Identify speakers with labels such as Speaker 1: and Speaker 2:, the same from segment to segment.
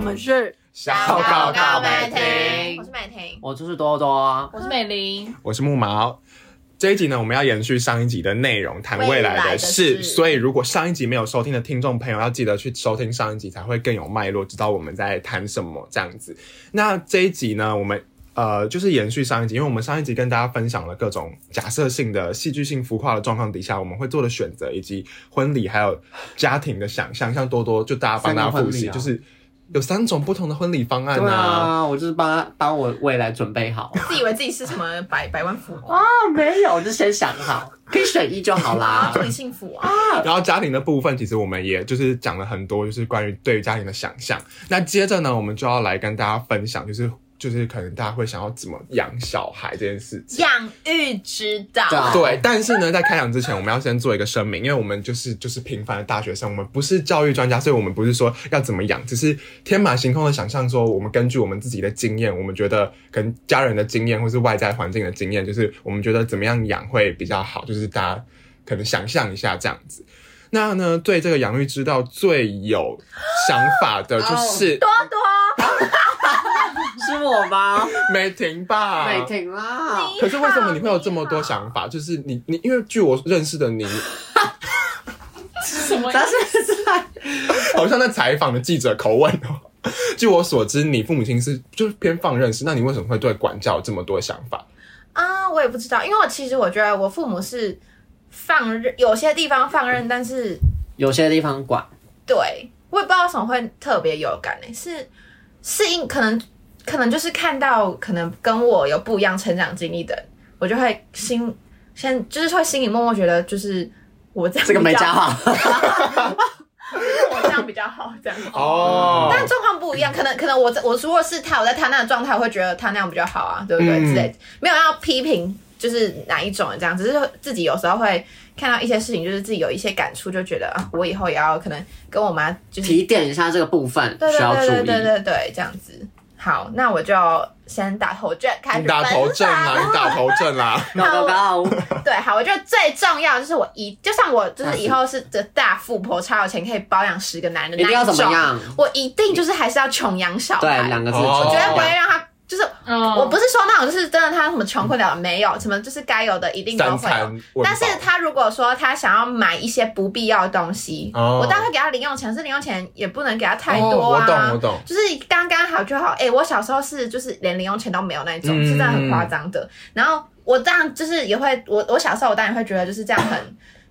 Speaker 1: 们是
Speaker 2: 小
Speaker 3: 告
Speaker 2: 告
Speaker 3: 告
Speaker 2: 告白
Speaker 3: 白亭
Speaker 2: 听，
Speaker 3: 我是美婷，
Speaker 1: 我就是多多啊，
Speaker 3: 我是美玲，
Speaker 2: 我是木毛。这一集呢，我们要延续上一集的内容，谈未来
Speaker 3: 未来的
Speaker 2: 的事。
Speaker 3: 事
Speaker 2: 所以，如果上一集没有收听的听众朋友，要记得去收听上一集，才会更有脉络，知道我们在谈什么这样子。那这一集呢，我们呃就是延续上一集，因为我们上一集跟大家分享了各种假设性的戏剧性浮夸的状况底下，我们会做的选择，以及婚礼还有家庭的想象。像多多就大家帮大家
Speaker 1: 三个
Speaker 2: 复
Speaker 1: 婚礼
Speaker 2: 习，
Speaker 1: 啊
Speaker 2: 就是有三种不同的婚礼方案
Speaker 1: 对啊，我就是帮他帮我未来准备好
Speaker 3: 自以为自己是什么百百万富翁
Speaker 1: 啊，没有，我就先想好，可以选一就好
Speaker 3: 啊
Speaker 1: 啦，
Speaker 3: 祝。你幸福啊！
Speaker 2: 然后家庭的部分，其实我们也就是讲了很多，就是关于对于家庭的想象。那接着呢，我们就要来跟大家分享，就是就是可能大家会想要怎么养小孩这件事情。
Speaker 3: 养育之道，
Speaker 1: 对啊
Speaker 2: 对，但是呢，在开讲之前，我们要先做一个声明，因为我们就是就是平凡的大学生，我们不是教育专家，所以我们不是说要怎么养，只是天马行空的想象说，我们根据我们自己的经验，我们觉得可能家人的经验或是外在环境的经验，就是我们觉得怎么样养会比较好，就是大家可能想象一下这样子。那呢，对这个养育之道最有想法的就是
Speaker 3: 多多，
Speaker 1: 是我 吗？
Speaker 2: 美婷吧？
Speaker 1: 美婷啦，
Speaker 2: 可是为什么你会有这么多想法？就是你你，因为据我认识的你，
Speaker 3: 什么
Speaker 1: 他是 在
Speaker 2: 好像在采访的记者口吻哦。 据我所知，你父母亲是就是偏放任式，那你为什么会对管教有这么多想法？
Speaker 3: 啊？我也不知道，因为我其实我觉得我父母是放任，有些地方放任，但是
Speaker 1: 有些地方管，
Speaker 3: 对我也不知道为什么会特别有感呢、是是因可能可能就是看到可能跟我有不一样成长经历的人，我就会心先就是会心里默默觉得就是我这样
Speaker 1: 这个没
Speaker 3: 比较
Speaker 1: 加，好，
Speaker 3: 我这样比较好这样。
Speaker 2: 哦
Speaker 3: 但状况不一样，
Speaker 1: 嗯
Speaker 3: 可能可能我在我如果是他，我在他那个状态，我会觉得他那样比较好啊，对不对？
Speaker 2: 嗯
Speaker 3: 之类的，没有要批评，就是哪一种人这样，只是自己有时候会看到一些事情，就是自己有一些感触，就觉得啊，我以后也要可能跟我妈就是
Speaker 1: 提点一下这个部分
Speaker 3: 对
Speaker 1: 需
Speaker 3: 对
Speaker 1: 要
Speaker 3: 对对
Speaker 1: 注
Speaker 3: 对
Speaker 1: 意。
Speaker 3: 对对，这样子。好，那我就先打头阵开
Speaker 2: 你
Speaker 3: 始
Speaker 2: 打头
Speaker 3: 分
Speaker 2: 阵啊
Speaker 3: 享
Speaker 1: 啊
Speaker 2: 啦，你打头阵啦。
Speaker 3: 啊
Speaker 1: 高高高，
Speaker 3: 对，好，我觉得最重要的就是我一，就像我就是以后是这大富婆，超有钱可以包养十个男人的
Speaker 1: 一定
Speaker 3: 那
Speaker 1: 要
Speaker 3: 种，
Speaker 1: 怎么样？
Speaker 3: 我一定就是还是要穷养小
Speaker 1: 对，
Speaker 3: 孩，
Speaker 1: 两个字，
Speaker 2: 哦
Speaker 3: 我
Speaker 2: 我
Speaker 3: 绝对
Speaker 2: 觉
Speaker 3: 不
Speaker 2: 得
Speaker 3: 会让他就是。
Speaker 4: 嗯，
Speaker 3: 我不是说那种，就是真的他什么穷困潦倒没有，什么就是该有的一定 都
Speaker 2: 啊三
Speaker 3: 会有。
Speaker 2: 餐温饱，
Speaker 3: 但是他如果说他想要买一些不必要的东西，
Speaker 2: 哦
Speaker 3: 我大概给他零用钱，是零用钱也不能给他太
Speaker 2: 哦
Speaker 3: 多
Speaker 2: 我
Speaker 3: 啊。
Speaker 2: 懂我懂。
Speaker 3: 就是刚刚好就好。哎、我小时候是就是连零用钱都没有那一种，
Speaker 2: 嗯
Speaker 3: 是真的很夸张的。然后我当然就是也会，我我小时候我当然会觉得就是这样很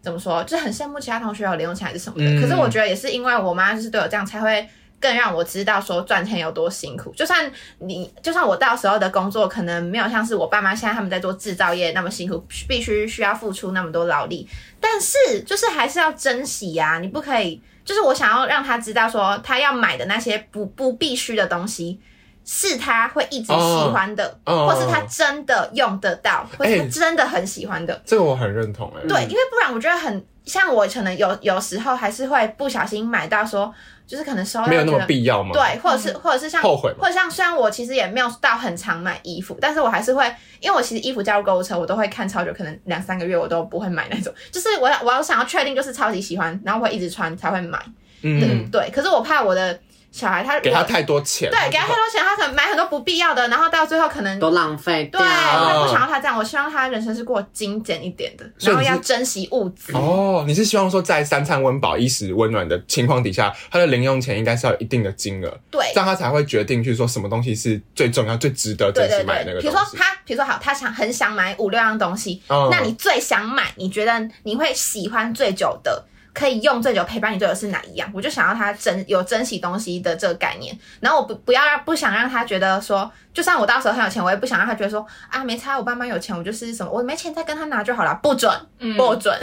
Speaker 3: 怎么说，就是很羡慕其他同学有零用钱还是什么的。
Speaker 2: 嗯
Speaker 3: 可是我觉得也是因为我妈就是对我这样才会。更让我知道说赚钱有多辛苦，就算你，就算我到时候的工作可能没有像是我爸妈现在他们在做制造业那么辛苦，必须需要付出那么多劳力，但是就是还是要珍惜呀、你不可以，就是我想要让他知道说，他要买的那些不不必须的东西，是他会一直喜欢的，
Speaker 2: 哦
Speaker 3: 或是他真的用得到，或是他
Speaker 2: 哎
Speaker 3: 真的很喜欢的。
Speaker 2: 这个我很认同哎、
Speaker 3: 对，因为不然我觉得很像我可能有有时候还是会不小心买到说，就是可能收到
Speaker 2: 没有那
Speaker 3: 觉
Speaker 2: 么
Speaker 3: 得
Speaker 2: 必要嘛。，
Speaker 3: 对，或者
Speaker 1: 嗯
Speaker 3: 是或者是像
Speaker 2: 后悔吗
Speaker 3: 或者像虽然我其实也没有到很常买衣服，但是我还是会，因为我其实衣服加入购物车，我都会看超久，可能两三个月我都不会买那种，就是我要我要想要确定就是超级喜欢，然后会一直穿才会买。
Speaker 2: 嗯，
Speaker 3: 对，可是我怕我的小孩他
Speaker 2: 给他太多钱，
Speaker 3: 对给他太多钱，他可能买很多不必要的，然后到最后可能
Speaker 1: 都浪费
Speaker 3: 对，
Speaker 1: 掉。啊
Speaker 3: 我也
Speaker 2: 嗯
Speaker 3: 不想要他这样，我希望他人生是过精简一点的，
Speaker 2: 所以
Speaker 3: 然后
Speaker 2: 你是
Speaker 3: 要珍惜物资。
Speaker 2: 哦，你是希望说在三餐温饱、衣食温暖的情况底下，他的零用钱应该是要有一定的金额，
Speaker 3: 对
Speaker 2: 这，样他才会决定去说什么东西是最重要、最值得珍
Speaker 3: 对对
Speaker 2: 惜买的那个
Speaker 3: 对，比如
Speaker 2: 东
Speaker 3: 说
Speaker 2: 西。
Speaker 3: 他，比如说好，他想很想买五六样东西，
Speaker 2: 嗯
Speaker 3: 那你最想买，你觉得你会喜欢最久的，可以用最久陪伴你最久的是哪一样？我就想要他珍有珍惜东西的这个概念，然后我不不要让不想让他觉得说，就算我到时候很有钱，我也不想让他觉得说啊没差，我爸妈有钱，我就是什么我没钱再跟他拿就好了，不准
Speaker 4: 嗯
Speaker 3: 不准、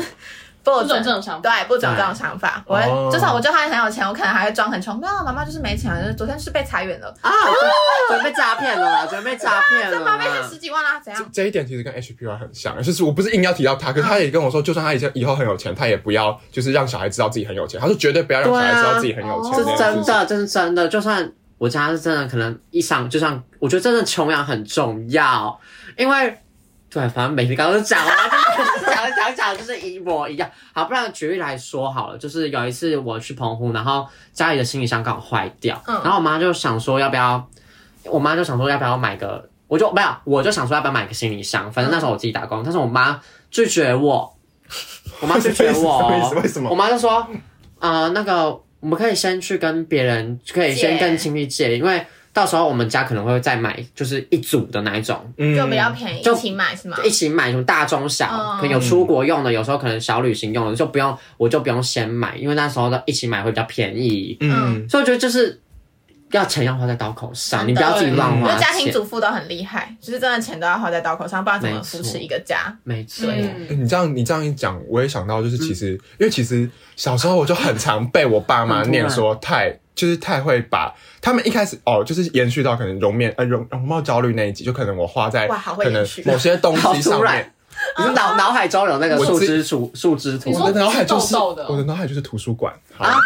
Speaker 3: 不
Speaker 4: 不准
Speaker 3: 准
Speaker 4: 这。种想法，
Speaker 3: 对，不准
Speaker 1: 对
Speaker 3: 这种想法。我会
Speaker 2: 哦
Speaker 3: 就算我就算很有钱，我可能还会装很穷。没有，妈妈就是没钱，就是昨天是被裁员了，
Speaker 1: 啊，准备诈骗了，准备诈骗
Speaker 3: 这
Speaker 1: 了
Speaker 3: 妈
Speaker 1: 啦。
Speaker 3: 被才十几万啦、怎样？
Speaker 2: 这一点其实跟 HPR 很像，就是我不是硬要提到他，可是
Speaker 3: 嗯
Speaker 2: 他也跟我说，就算他以前以后很有钱，他也不要就是让小孩知道自己很有钱，他说绝对不要让小孩知道自己很有钱
Speaker 1: 这
Speaker 2: 这
Speaker 3: 哦
Speaker 2: 件
Speaker 1: 是
Speaker 2: 事情。
Speaker 1: 真的，这是真的。就算我家是真的，可能一上就像我觉得真的穷养很重要，因为对，反正每天刚刚都讲了，就是想想想就是一模一样。好，不然举例来说好了，就是有一次我去澎湖，然后家里的行李箱刚好坏掉，
Speaker 3: 嗯
Speaker 1: 然后我妈就想说要不要，我妈就想说要不要买个，我就没有，我就想说要不要买个行李箱，反正那时候我自己打工，但是我妈拒绝我，我妈拒绝
Speaker 2: 为
Speaker 1: 我
Speaker 2: 什
Speaker 1: 哦
Speaker 2: 么， 为什么
Speaker 1: 我妈就说，啊、那个我们可以先去跟别人，可以先
Speaker 3: 借
Speaker 1: 跟亲戚借，因为到时候我们家可能会再买，就是一组的那一种，
Speaker 2: 嗯
Speaker 3: 就比较便宜，
Speaker 1: 就
Speaker 3: 一起买是吗
Speaker 1: 就？一起买，什么大中小，
Speaker 3: 嗯
Speaker 1: 可能有出国用的，有时候可能小旅行用的，就不用，我就不用先买，因为那时候的一起买会比较便宜。
Speaker 2: 嗯，
Speaker 1: 所以我觉得就是要钱要花在刀口上，你不要自己
Speaker 2: 嗯
Speaker 1: 乱
Speaker 3: 我
Speaker 1: 花
Speaker 3: 觉得嗯家庭
Speaker 1: 钱。
Speaker 3: 主妇都很厉害，就是真的钱都要花在刀口上，不然怎么扶持一个家？
Speaker 1: 没错，
Speaker 3: 嗯，
Speaker 2: 欸你这样你这样一讲，我也想到，就是其实、因为其实小时候我就很常被我爸妈念说太。就是太会把他们一开始哦，就是延续到可能容面呃容容貌焦虑那一集，就可能我花在
Speaker 3: 哇好会
Speaker 2: 可能
Speaker 3: 延续
Speaker 2: 某些东
Speaker 1: 好
Speaker 2: 西上
Speaker 1: 突
Speaker 2: 面
Speaker 1: 然，，你
Speaker 3: 嗯
Speaker 1: 是脑脑海中有那个
Speaker 2: 我
Speaker 1: 树
Speaker 2: 自
Speaker 1: 枝树树枝图
Speaker 4: 你
Speaker 2: 我
Speaker 4: 说
Speaker 2: 的脑海就是
Speaker 4: 是痘痘的哦
Speaker 2: 我的脑海就是图书馆。好
Speaker 1: 啊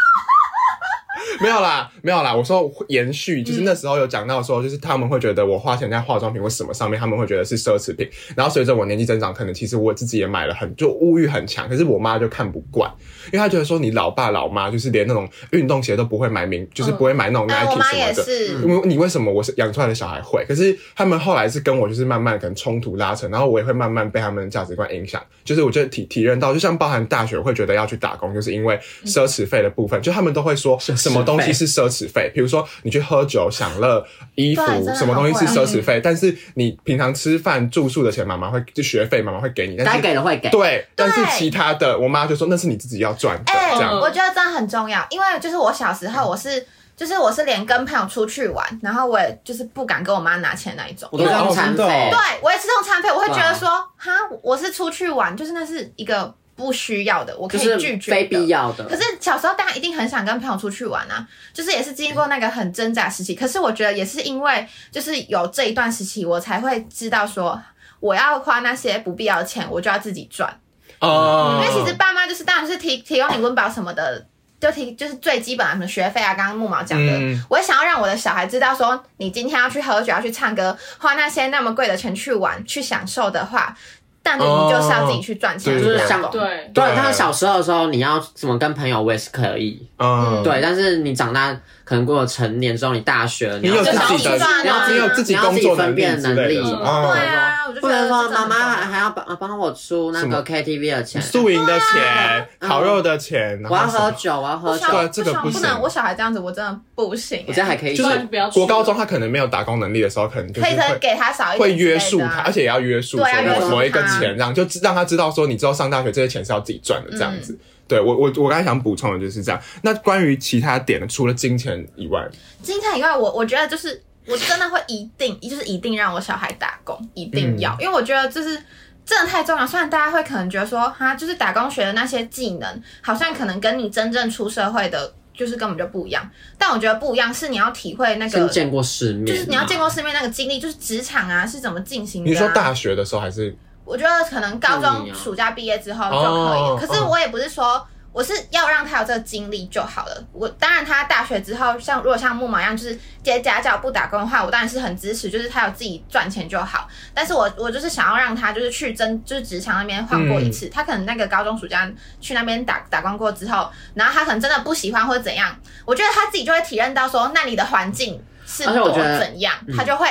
Speaker 2: 没有啦，没有啦。我说延续，就是那时候有讲到说，就是他们会觉得我花钱在化妆品或什么上面，他们会觉得是奢侈品。然后随着我年纪增长，可能其实我自己也买了很，就物欲很强。可是我妈就看不惯，因为她觉得说你老爸老妈就是连那种运动鞋都不会买名，就是不会买那种
Speaker 3: 哎，
Speaker 2: Nike
Speaker 3: 我妈
Speaker 2: 什
Speaker 3: 也
Speaker 2: 么的。嗯
Speaker 3: 是，
Speaker 1: 嗯
Speaker 2: 因为你为什么我是养出来的小孩会？可是他们后来是跟我就是慢慢可能冲突拉扯，然后我也会慢慢被他们的价值观影响。就是我觉得体体认到，就像包含大学会觉得要去打工，就是因为
Speaker 3: 嗯
Speaker 2: 奢侈费的部分，就他们都会说
Speaker 1: 侈费
Speaker 2: 什么东西是奢侈费，比如说你去喝酒、享乐、衣服
Speaker 3: 对啊真的，
Speaker 2: 什么东西是
Speaker 3: 好
Speaker 2: 奢
Speaker 3: 嗯
Speaker 2: 侈费，但是你平常吃饭住宿的钱，妈妈会就学费，妈妈会给你，但
Speaker 1: 该
Speaker 2: 是
Speaker 1: 给的会给。
Speaker 3: 啊
Speaker 2: 对，但是其他的，我妈就说那是你自己要赚的，
Speaker 3: 哎、
Speaker 2: 这样。
Speaker 3: 我觉得这很重要，因为就是我小时候我是。就是我是连跟朋友出去玩，然后我也就是不敢跟我妈拿钱那一种，
Speaker 1: 我都是用残
Speaker 2: 哦真
Speaker 1: 废
Speaker 2: 的
Speaker 3: 对，啊我也是这种餐费，我会
Speaker 2: 啊
Speaker 3: 觉得说，哈，我是出去玩，就是那是一个不需要的，我可
Speaker 1: 就
Speaker 3: 以
Speaker 1: 是
Speaker 3: 拒绝的。
Speaker 1: 非必要的。
Speaker 3: 可是小时候大家一定很想跟朋友出去玩啊，就是也是经过那个很挣扎时期。可是我觉得也是因为就是有这一段时期，我才会知道说。我要花那些不必要的钱，我就要自己赚。因
Speaker 1: 嗯
Speaker 2: 哦
Speaker 3: 为其实爸妈就是当然是提提供你温饱什么的，就提就是最基本的什么学费啊，刚刚木毛讲的，
Speaker 2: 嗯
Speaker 3: 我也想要让我的小孩知道说，你今天要去喝酒，要去唱歌，花那些那么贵的钱去玩、去享受的话，但是你就是要自己去赚钱，
Speaker 2: 哦
Speaker 3: 去
Speaker 1: 对
Speaker 3: 打
Speaker 1: 对
Speaker 3: 工
Speaker 1: 对
Speaker 4: 对，
Speaker 1: 对，
Speaker 2: 对
Speaker 1: 他小时候的时候，你要怎么跟朋友，我也是可以。
Speaker 2: 嗯，
Speaker 1: 对，但是你长大，可能过了成年之后，你大学，
Speaker 2: 你
Speaker 1: 要
Speaker 2: 有自
Speaker 3: 就想要
Speaker 2: 己的
Speaker 3: 自己赚，
Speaker 1: 你要
Speaker 3: 啊
Speaker 1: 自
Speaker 2: 你
Speaker 1: 己
Speaker 2: 有自己
Speaker 1: 你要
Speaker 2: 工
Speaker 1: 自己
Speaker 2: 作
Speaker 1: 分
Speaker 2: 能力
Speaker 1: 辨
Speaker 2: 之
Speaker 1: 能
Speaker 2: 类
Speaker 1: 力
Speaker 2: 的，
Speaker 1: 对
Speaker 2: 嗯，
Speaker 3: 对啊，我就觉
Speaker 1: 不
Speaker 3: 得
Speaker 1: 能
Speaker 3: 这真
Speaker 1: 说
Speaker 3: 的很
Speaker 1: 妈
Speaker 3: 重
Speaker 1: 妈
Speaker 3: 要
Speaker 1: 还还要帮帮我出那
Speaker 2: 什么
Speaker 1: 个 KTV 的钱，
Speaker 2: 宿营的钱、
Speaker 1: 嗯
Speaker 2: 烤肉的钱，然
Speaker 1: 我要
Speaker 2: 后什
Speaker 1: 喝
Speaker 2: 么。
Speaker 1: 酒，我要
Speaker 3: 啊我
Speaker 1: 喝酒
Speaker 3: 小，
Speaker 2: 对
Speaker 3: 我
Speaker 2: 啊这个
Speaker 3: 小
Speaker 2: 不
Speaker 3: 不
Speaker 2: 行
Speaker 3: 能，我小孩这样子我真的不行、
Speaker 1: 我这样
Speaker 3: 欸，
Speaker 1: 还可以，
Speaker 2: 就是
Speaker 4: 不要去
Speaker 2: 国高中，他可能没有打工能力的时候，可能就是
Speaker 3: 可以再
Speaker 2: 会
Speaker 3: 给他少一点
Speaker 2: 会
Speaker 3: 之类的啊，
Speaker 2: 约束他，而且也要约束
Speaker 3: 对啊
Speaker 1: 约束
Speaker 2: 说某一个
Speaker 3: 他
Speaker 2: 钱，让就知让他知道说，你之后上大学这些钱是要自己赚的这样
Speaker 3: 嗯
Speaker 2: 子。对我我我刚才想补充的就是这样。那关于其他点呢，除了金钱以
Speaker 3: 啊
Speaker 2: 外，
Speaker 3: 金钱以外，我我觉得就是我真的会一定，就是一定让我小孩打工，一定
Speaker 2: 嗯
Speaker 3: 要，因为我觉得就是。真的太重要，虽然大家会可能觉得说，哈，就是打工学的那些技能，好像可能跟你真正出社会的，就是根本就不一样。但我觉得不一样是你要体会那
Speaker 1: 先
Speaker 3: 个，
Speaker 1: 见过世面，
Speaker 3: 就是你要见过世面那个经历，就是职场啊是怎么进行的、啊。
Speaker 2: 你说大学的时候还是
Speaker 3: 我觉得可能高
Speaker 1: 不一
Speaker 3: 中
Speaker 1: 样
Speaker 3: 暑假毕业之后就可以了。
Speaker 2: 哦
Speaker 3: 可是我也不是说我是要让他有这个经历就好了。我当然他大学之后，像如果像木马一样，就是接家教不打工的话，我当然是很支持，就是他有自己赚钱就好。但是我我就是想要让他就是去真就是职场那边晃过一
Speaker 1: 嗯
Speaker 3: 次，他可能那个高中暑假去那边打打工过之后，然后他可能真的不喜欢或者怎样，我觉得他自己就会体验到说，那你的环境是
Speaker 1: 而且我
Speaker 3: 多
Speaker 1: 觉得嗯
Speaker 3: 怎样，他就会。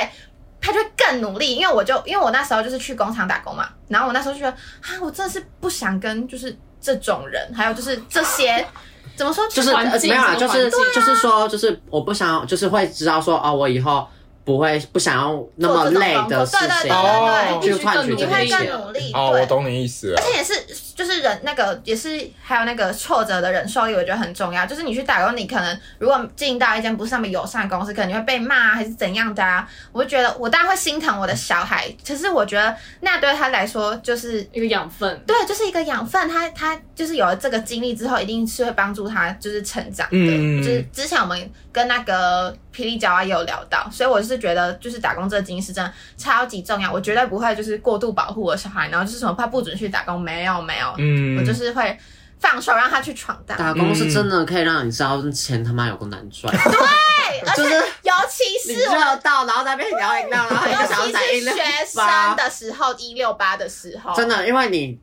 Speaker 3: 他就会更努力，因为我就因为我那时候就是去工厂打工嘛，然后我那时候就觉得啊，我真的是不想跟就是这种人，还有就是这些 怎么说，
Speaker 1: 就是
Speaker 4: 环
Speaker 1: 呃
Speaker 4: 境
Speaker 1: 没有啦，
Speaker 4: 这个
Speaker 1: 就是
Speaker 4: 环境
Speaker 1: 就是说，就是我不想要，就是会知道说，哦，我以后不会不想要那么累的事
Speaker 3: 做这
Speaker 1: 情，哦
Speaker 2: 工作对对对
Speaker 3: 种
Speaker 2: 对对
Speaker 1: 去换取
Speaker 3: 你
Speaker 1: 这
Speaker 4: 个
Speaker 3: 会
Speaker 1: 些
Speaker 4: 理解
Speaker 3: 更
Speaker 1: 钱，
Speaker 3: 努力，
Speaker 2: 哦，
Speaker 3: 对啊
Speaker 2: 我懂你意思了
Speaker 3: 而。且也是，就是人那个也是，还有那个挫折的忍受力，我觉得很重要。就是你去打工，你可能如果进到一间不是那么友善的公司，可能你会被骂、啊、还是怎样的啊。我就觉得我当然会心疼我的小孩，可是我觉得那对他来说就是。
Speaker 4: 一个养分。
Speaker 3: 对，就是一个养分，他他就是有了这个经历之后，一定是会帮助他就是成长的。
Speaker 2: 嗯
Speaker 3: 就是之前我们跟那个霹雳娇啊也有聊到，所以我是觉得就是打工这个经历是真的超级重要，我绝对不会就是过度保护我小孩，然后就是什么怕不准去打工，没有没有，
Speaker 2: 嗯
Speaker 3: 我就是会放手让他去闯荡。
Speaker 1: 打工是真的可以让你知道钱他妈有多难赚，
Speaker 3: 对，嗯哎而且
Speaker 1: 就是
Speaker 3: 尤其
Speaker 1: 你
Speaker 3: 是我
Speaker 1: 热到然后在那边摇饮料，然后一个小
Speaker 3: 尤
Speaker 1: 时
Speaker 3: 其
Speaker 1: 才一
Speaker 3: 是
Speaker 1: 六
Speaker 3: 学
Speaker 1: 八
Speaker 3: 生，的时候，一六八的时候，
Speaker 1: 真的，因为你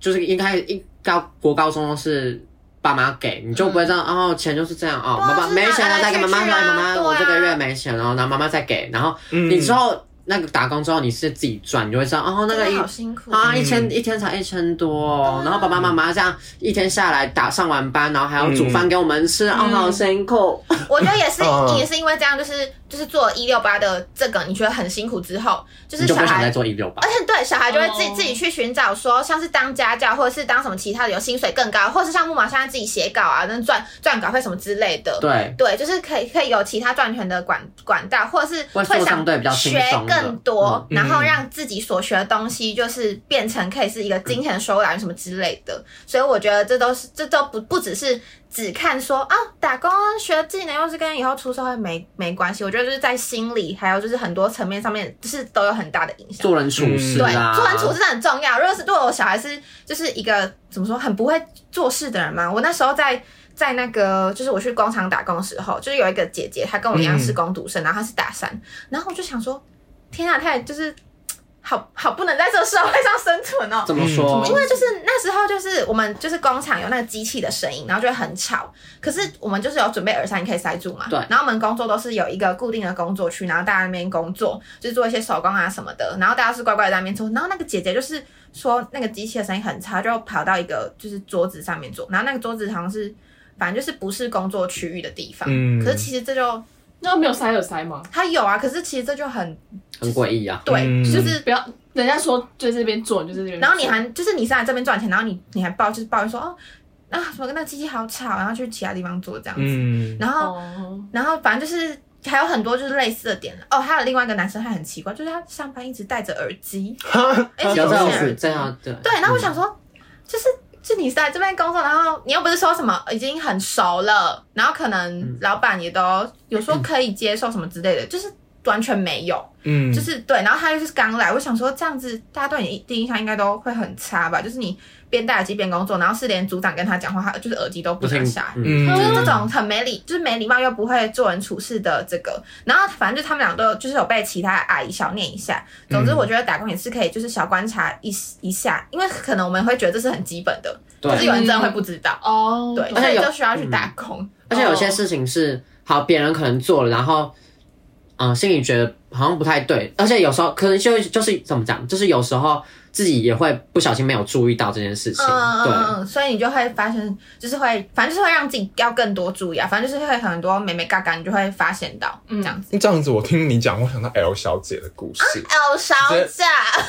Speaker 1: 就是应该一高国高中都是爸妈给，你就不会这样、哦，钱就是这样哦，
Speaker 3: 对啊
Speaker 1: 妈妈
Speaker 3: 是
Speaker 1: 没钱
Speaker 3: 拿来
Speaker 1: 了再给妈妈
Speaker 3: 去去
Speaker 1: 说，
Speaker 3: 啊
Speaker 1: 哎妈妈
Speaker 3: 对啊
Speaker 1: 我这个月没钱了，然后拿妈妈再给，然后
Speaker 2: 嗯
Speaker 1: 你之后那个打工之后你是自己赚，你就会知道哦，那
Speaker 3: 真
Speaker 1: 个一
Speaker 3: 的好辛苦
Speaker 1: 啊，
Speaker 2: 嗯
Speaker 1: 一千一天才一千多
Speaker 3: 对
Speaker 1: 哦，
Speaker 3: 啊
Speaker 1: 然后爸爸妈妈这样一天下来打上完班，然后还要煮饭给我们吃，哦，
Speaker 3: 嗯
Speaker 1: 好辛苦。
Speaker 3: 我觉得也是
Speaker 2: 嗯，嗯
Speaker 3: 也是因为这样，就是就是做一六八的这个，你觉得很辛苦之后，就是
Speaker 1: 你就
Speaker 3: 小
Speaker 1: 不想再
Speaker 3: 孩。
Speaker 1: 做一六八
Speaker 3: 而？且对小孩就会自己、
Speaker 4: 哦
Speaker 3: 自己去寻找说，像是当家教，或者是当什么其他的有薪水更高，或者是像木马现在自己写稿啊，那赚赚稿费什么之类的。
Speaker 1: 对，
Speaker 3: 对，就是可以可以有其他赚钱的管管道，或者是
Speaker 1: 或者
Speaker 3: 会
Speaker 1: 做
Speaker 3: 想
Speaker 1: 相对比较轻
Speaker 3: 学
Speaker 1: 松的
Speaker 3: 更多，
Speaker 2: 嗯
Speaker 3: 然后让自己所学的东西就是变成可以是一个金钱的收入来源什么之类的。所以我觉得这都是这都不不只是只看说啊打工学技能，又是跟以后出社会没没关系。我觉得就是在心理还有就是很多层面上面，就是都有很大的影响。
Speaker 1: 做人处事
Speaker 3: 嗯对，
Speaker 1: 啊，
Speaker 3: 做人处事真的很重要。如果是对我小孩是就是一个怎么说很不会做事的人嘛，我那时候在在那个就是我去工厂打工的时候，就是有一个姐姐，她跟我一样
Speaker 2: 嗯
Speaker 3: 是工读生，然后她是大三，然后我就想说，天啊，她也就是嘖好好不能在这个社会上生存哦。
Speaker 1: 怎么说？
Speaker 3: 因为就是那时候，就是我们就是工厂有那个机器的声音，然后就会很吵。可是我们就是有准备耳塞，你可以塞住嘛。
Speaker 1: 对
Speaker 3: 然后我们工作都是有一个固定的工作区，然后大家在那边工作，就是做一些手工啊什么的。然后大家是乖乖在那边做。然后那个姐姐就是说那个机器的声音很吵，就跑到一个就是桌子上面坐。然后那个桌子好像是反正就是不是工作区域的地方。
Speaker 2: 嗯
Speaker 3: 可是其实这就
Speaker 4: 那没有塞耳塞吗？
Speaker 3: 它有啊，可是其实这就很
Speaker 1: 很诡异啊。
Speaker 3: 对，
Speaker 2: 嗯
Speaker 3: 就是
Speaker 4: 不要，人家说就这边做，你就这边做。
Speaker 3: 然后你还就是你是来这边赚钱，然后你你还抱就是抱怨说哦啊什么那机器好吵，然后去其他地方做这样子，
Speaker 2: 嗯，
Speaker 3: 然后
Speaker 4: 哦，
Speaker 3: 然后反正就是还有很多就是类似的点哦。还有另外一个男生他很奇怪，就是他上班一直戴着耳机，哎一直
Speaker 1: 有
Speaker 3: 有线
Speaker 1: 这种
Speaker 3: 耳
Speaker 1: 事，
Speaker 3: 机，
Speaker 1: 这样嗯对。
Speaker 3: 对，然后我想说，就是就你是在这边工作，然后你又不是说什么已经很熟了，然后可能老板也都有 说可以接受什么之类的，就是完全没有。
Speaker 2: 嗯，
Speaker 3: 就是对，然后他就是刚来，我想说这样子，大家对你第一印象应该都会很差吧？就是你边戴耳机边工作，然后是连组长跟他讲话，他就是耳机都不
Speaker 1: 不
Speaker 3: 拿
Speaker 1: 听
Speaker 3: 下来，
Speaker 1: 嗯
Speaker 2: 嗯，
Speaker 3: 就是这种很没礼，就是没礼貌又不会做人处事的这个。然后反正就他们俩都就是有被其他阿姨小念一下。总之，
Speaker 2: 嗯
Speaker 3: 我觉得打工也是可以，就是小观察一一下，因为可能我们会觉得这是很基本的，可是
Speaker 1: 对，
Speaker 3: 有人真的会不知道，
Speaker 4: 哦，
Speaker 3: 对，
Speaker 1: 嗯
Speaker 3: 所
Speaker 1: 而且
Speaker 3: 以
Speaker 1: 有
Speaker 3: 就需要去打工。
Speaker 1: 而且有些事情是好，别人可能做了，然后嗯、呃心里觉得好像不太对，而且有时候可能就就是怎么讲，就是有时候自己也会不小心没有注意到这件事情，
Speaker 3: 嗯
Speaker 1: 对。
Speaker 3: 嗯嗯，所以你就会发现，就是会，反正就是会让自己要更多注意啊，反正就是会很多美美嘎嘎，你就会发现到、
Speaker 4: 嗯
Speaker 3: 这样子。
Speaker 2: 这样子，我听你讲，我想到 L 小姐的故事，
Speaker 3: L 小姐，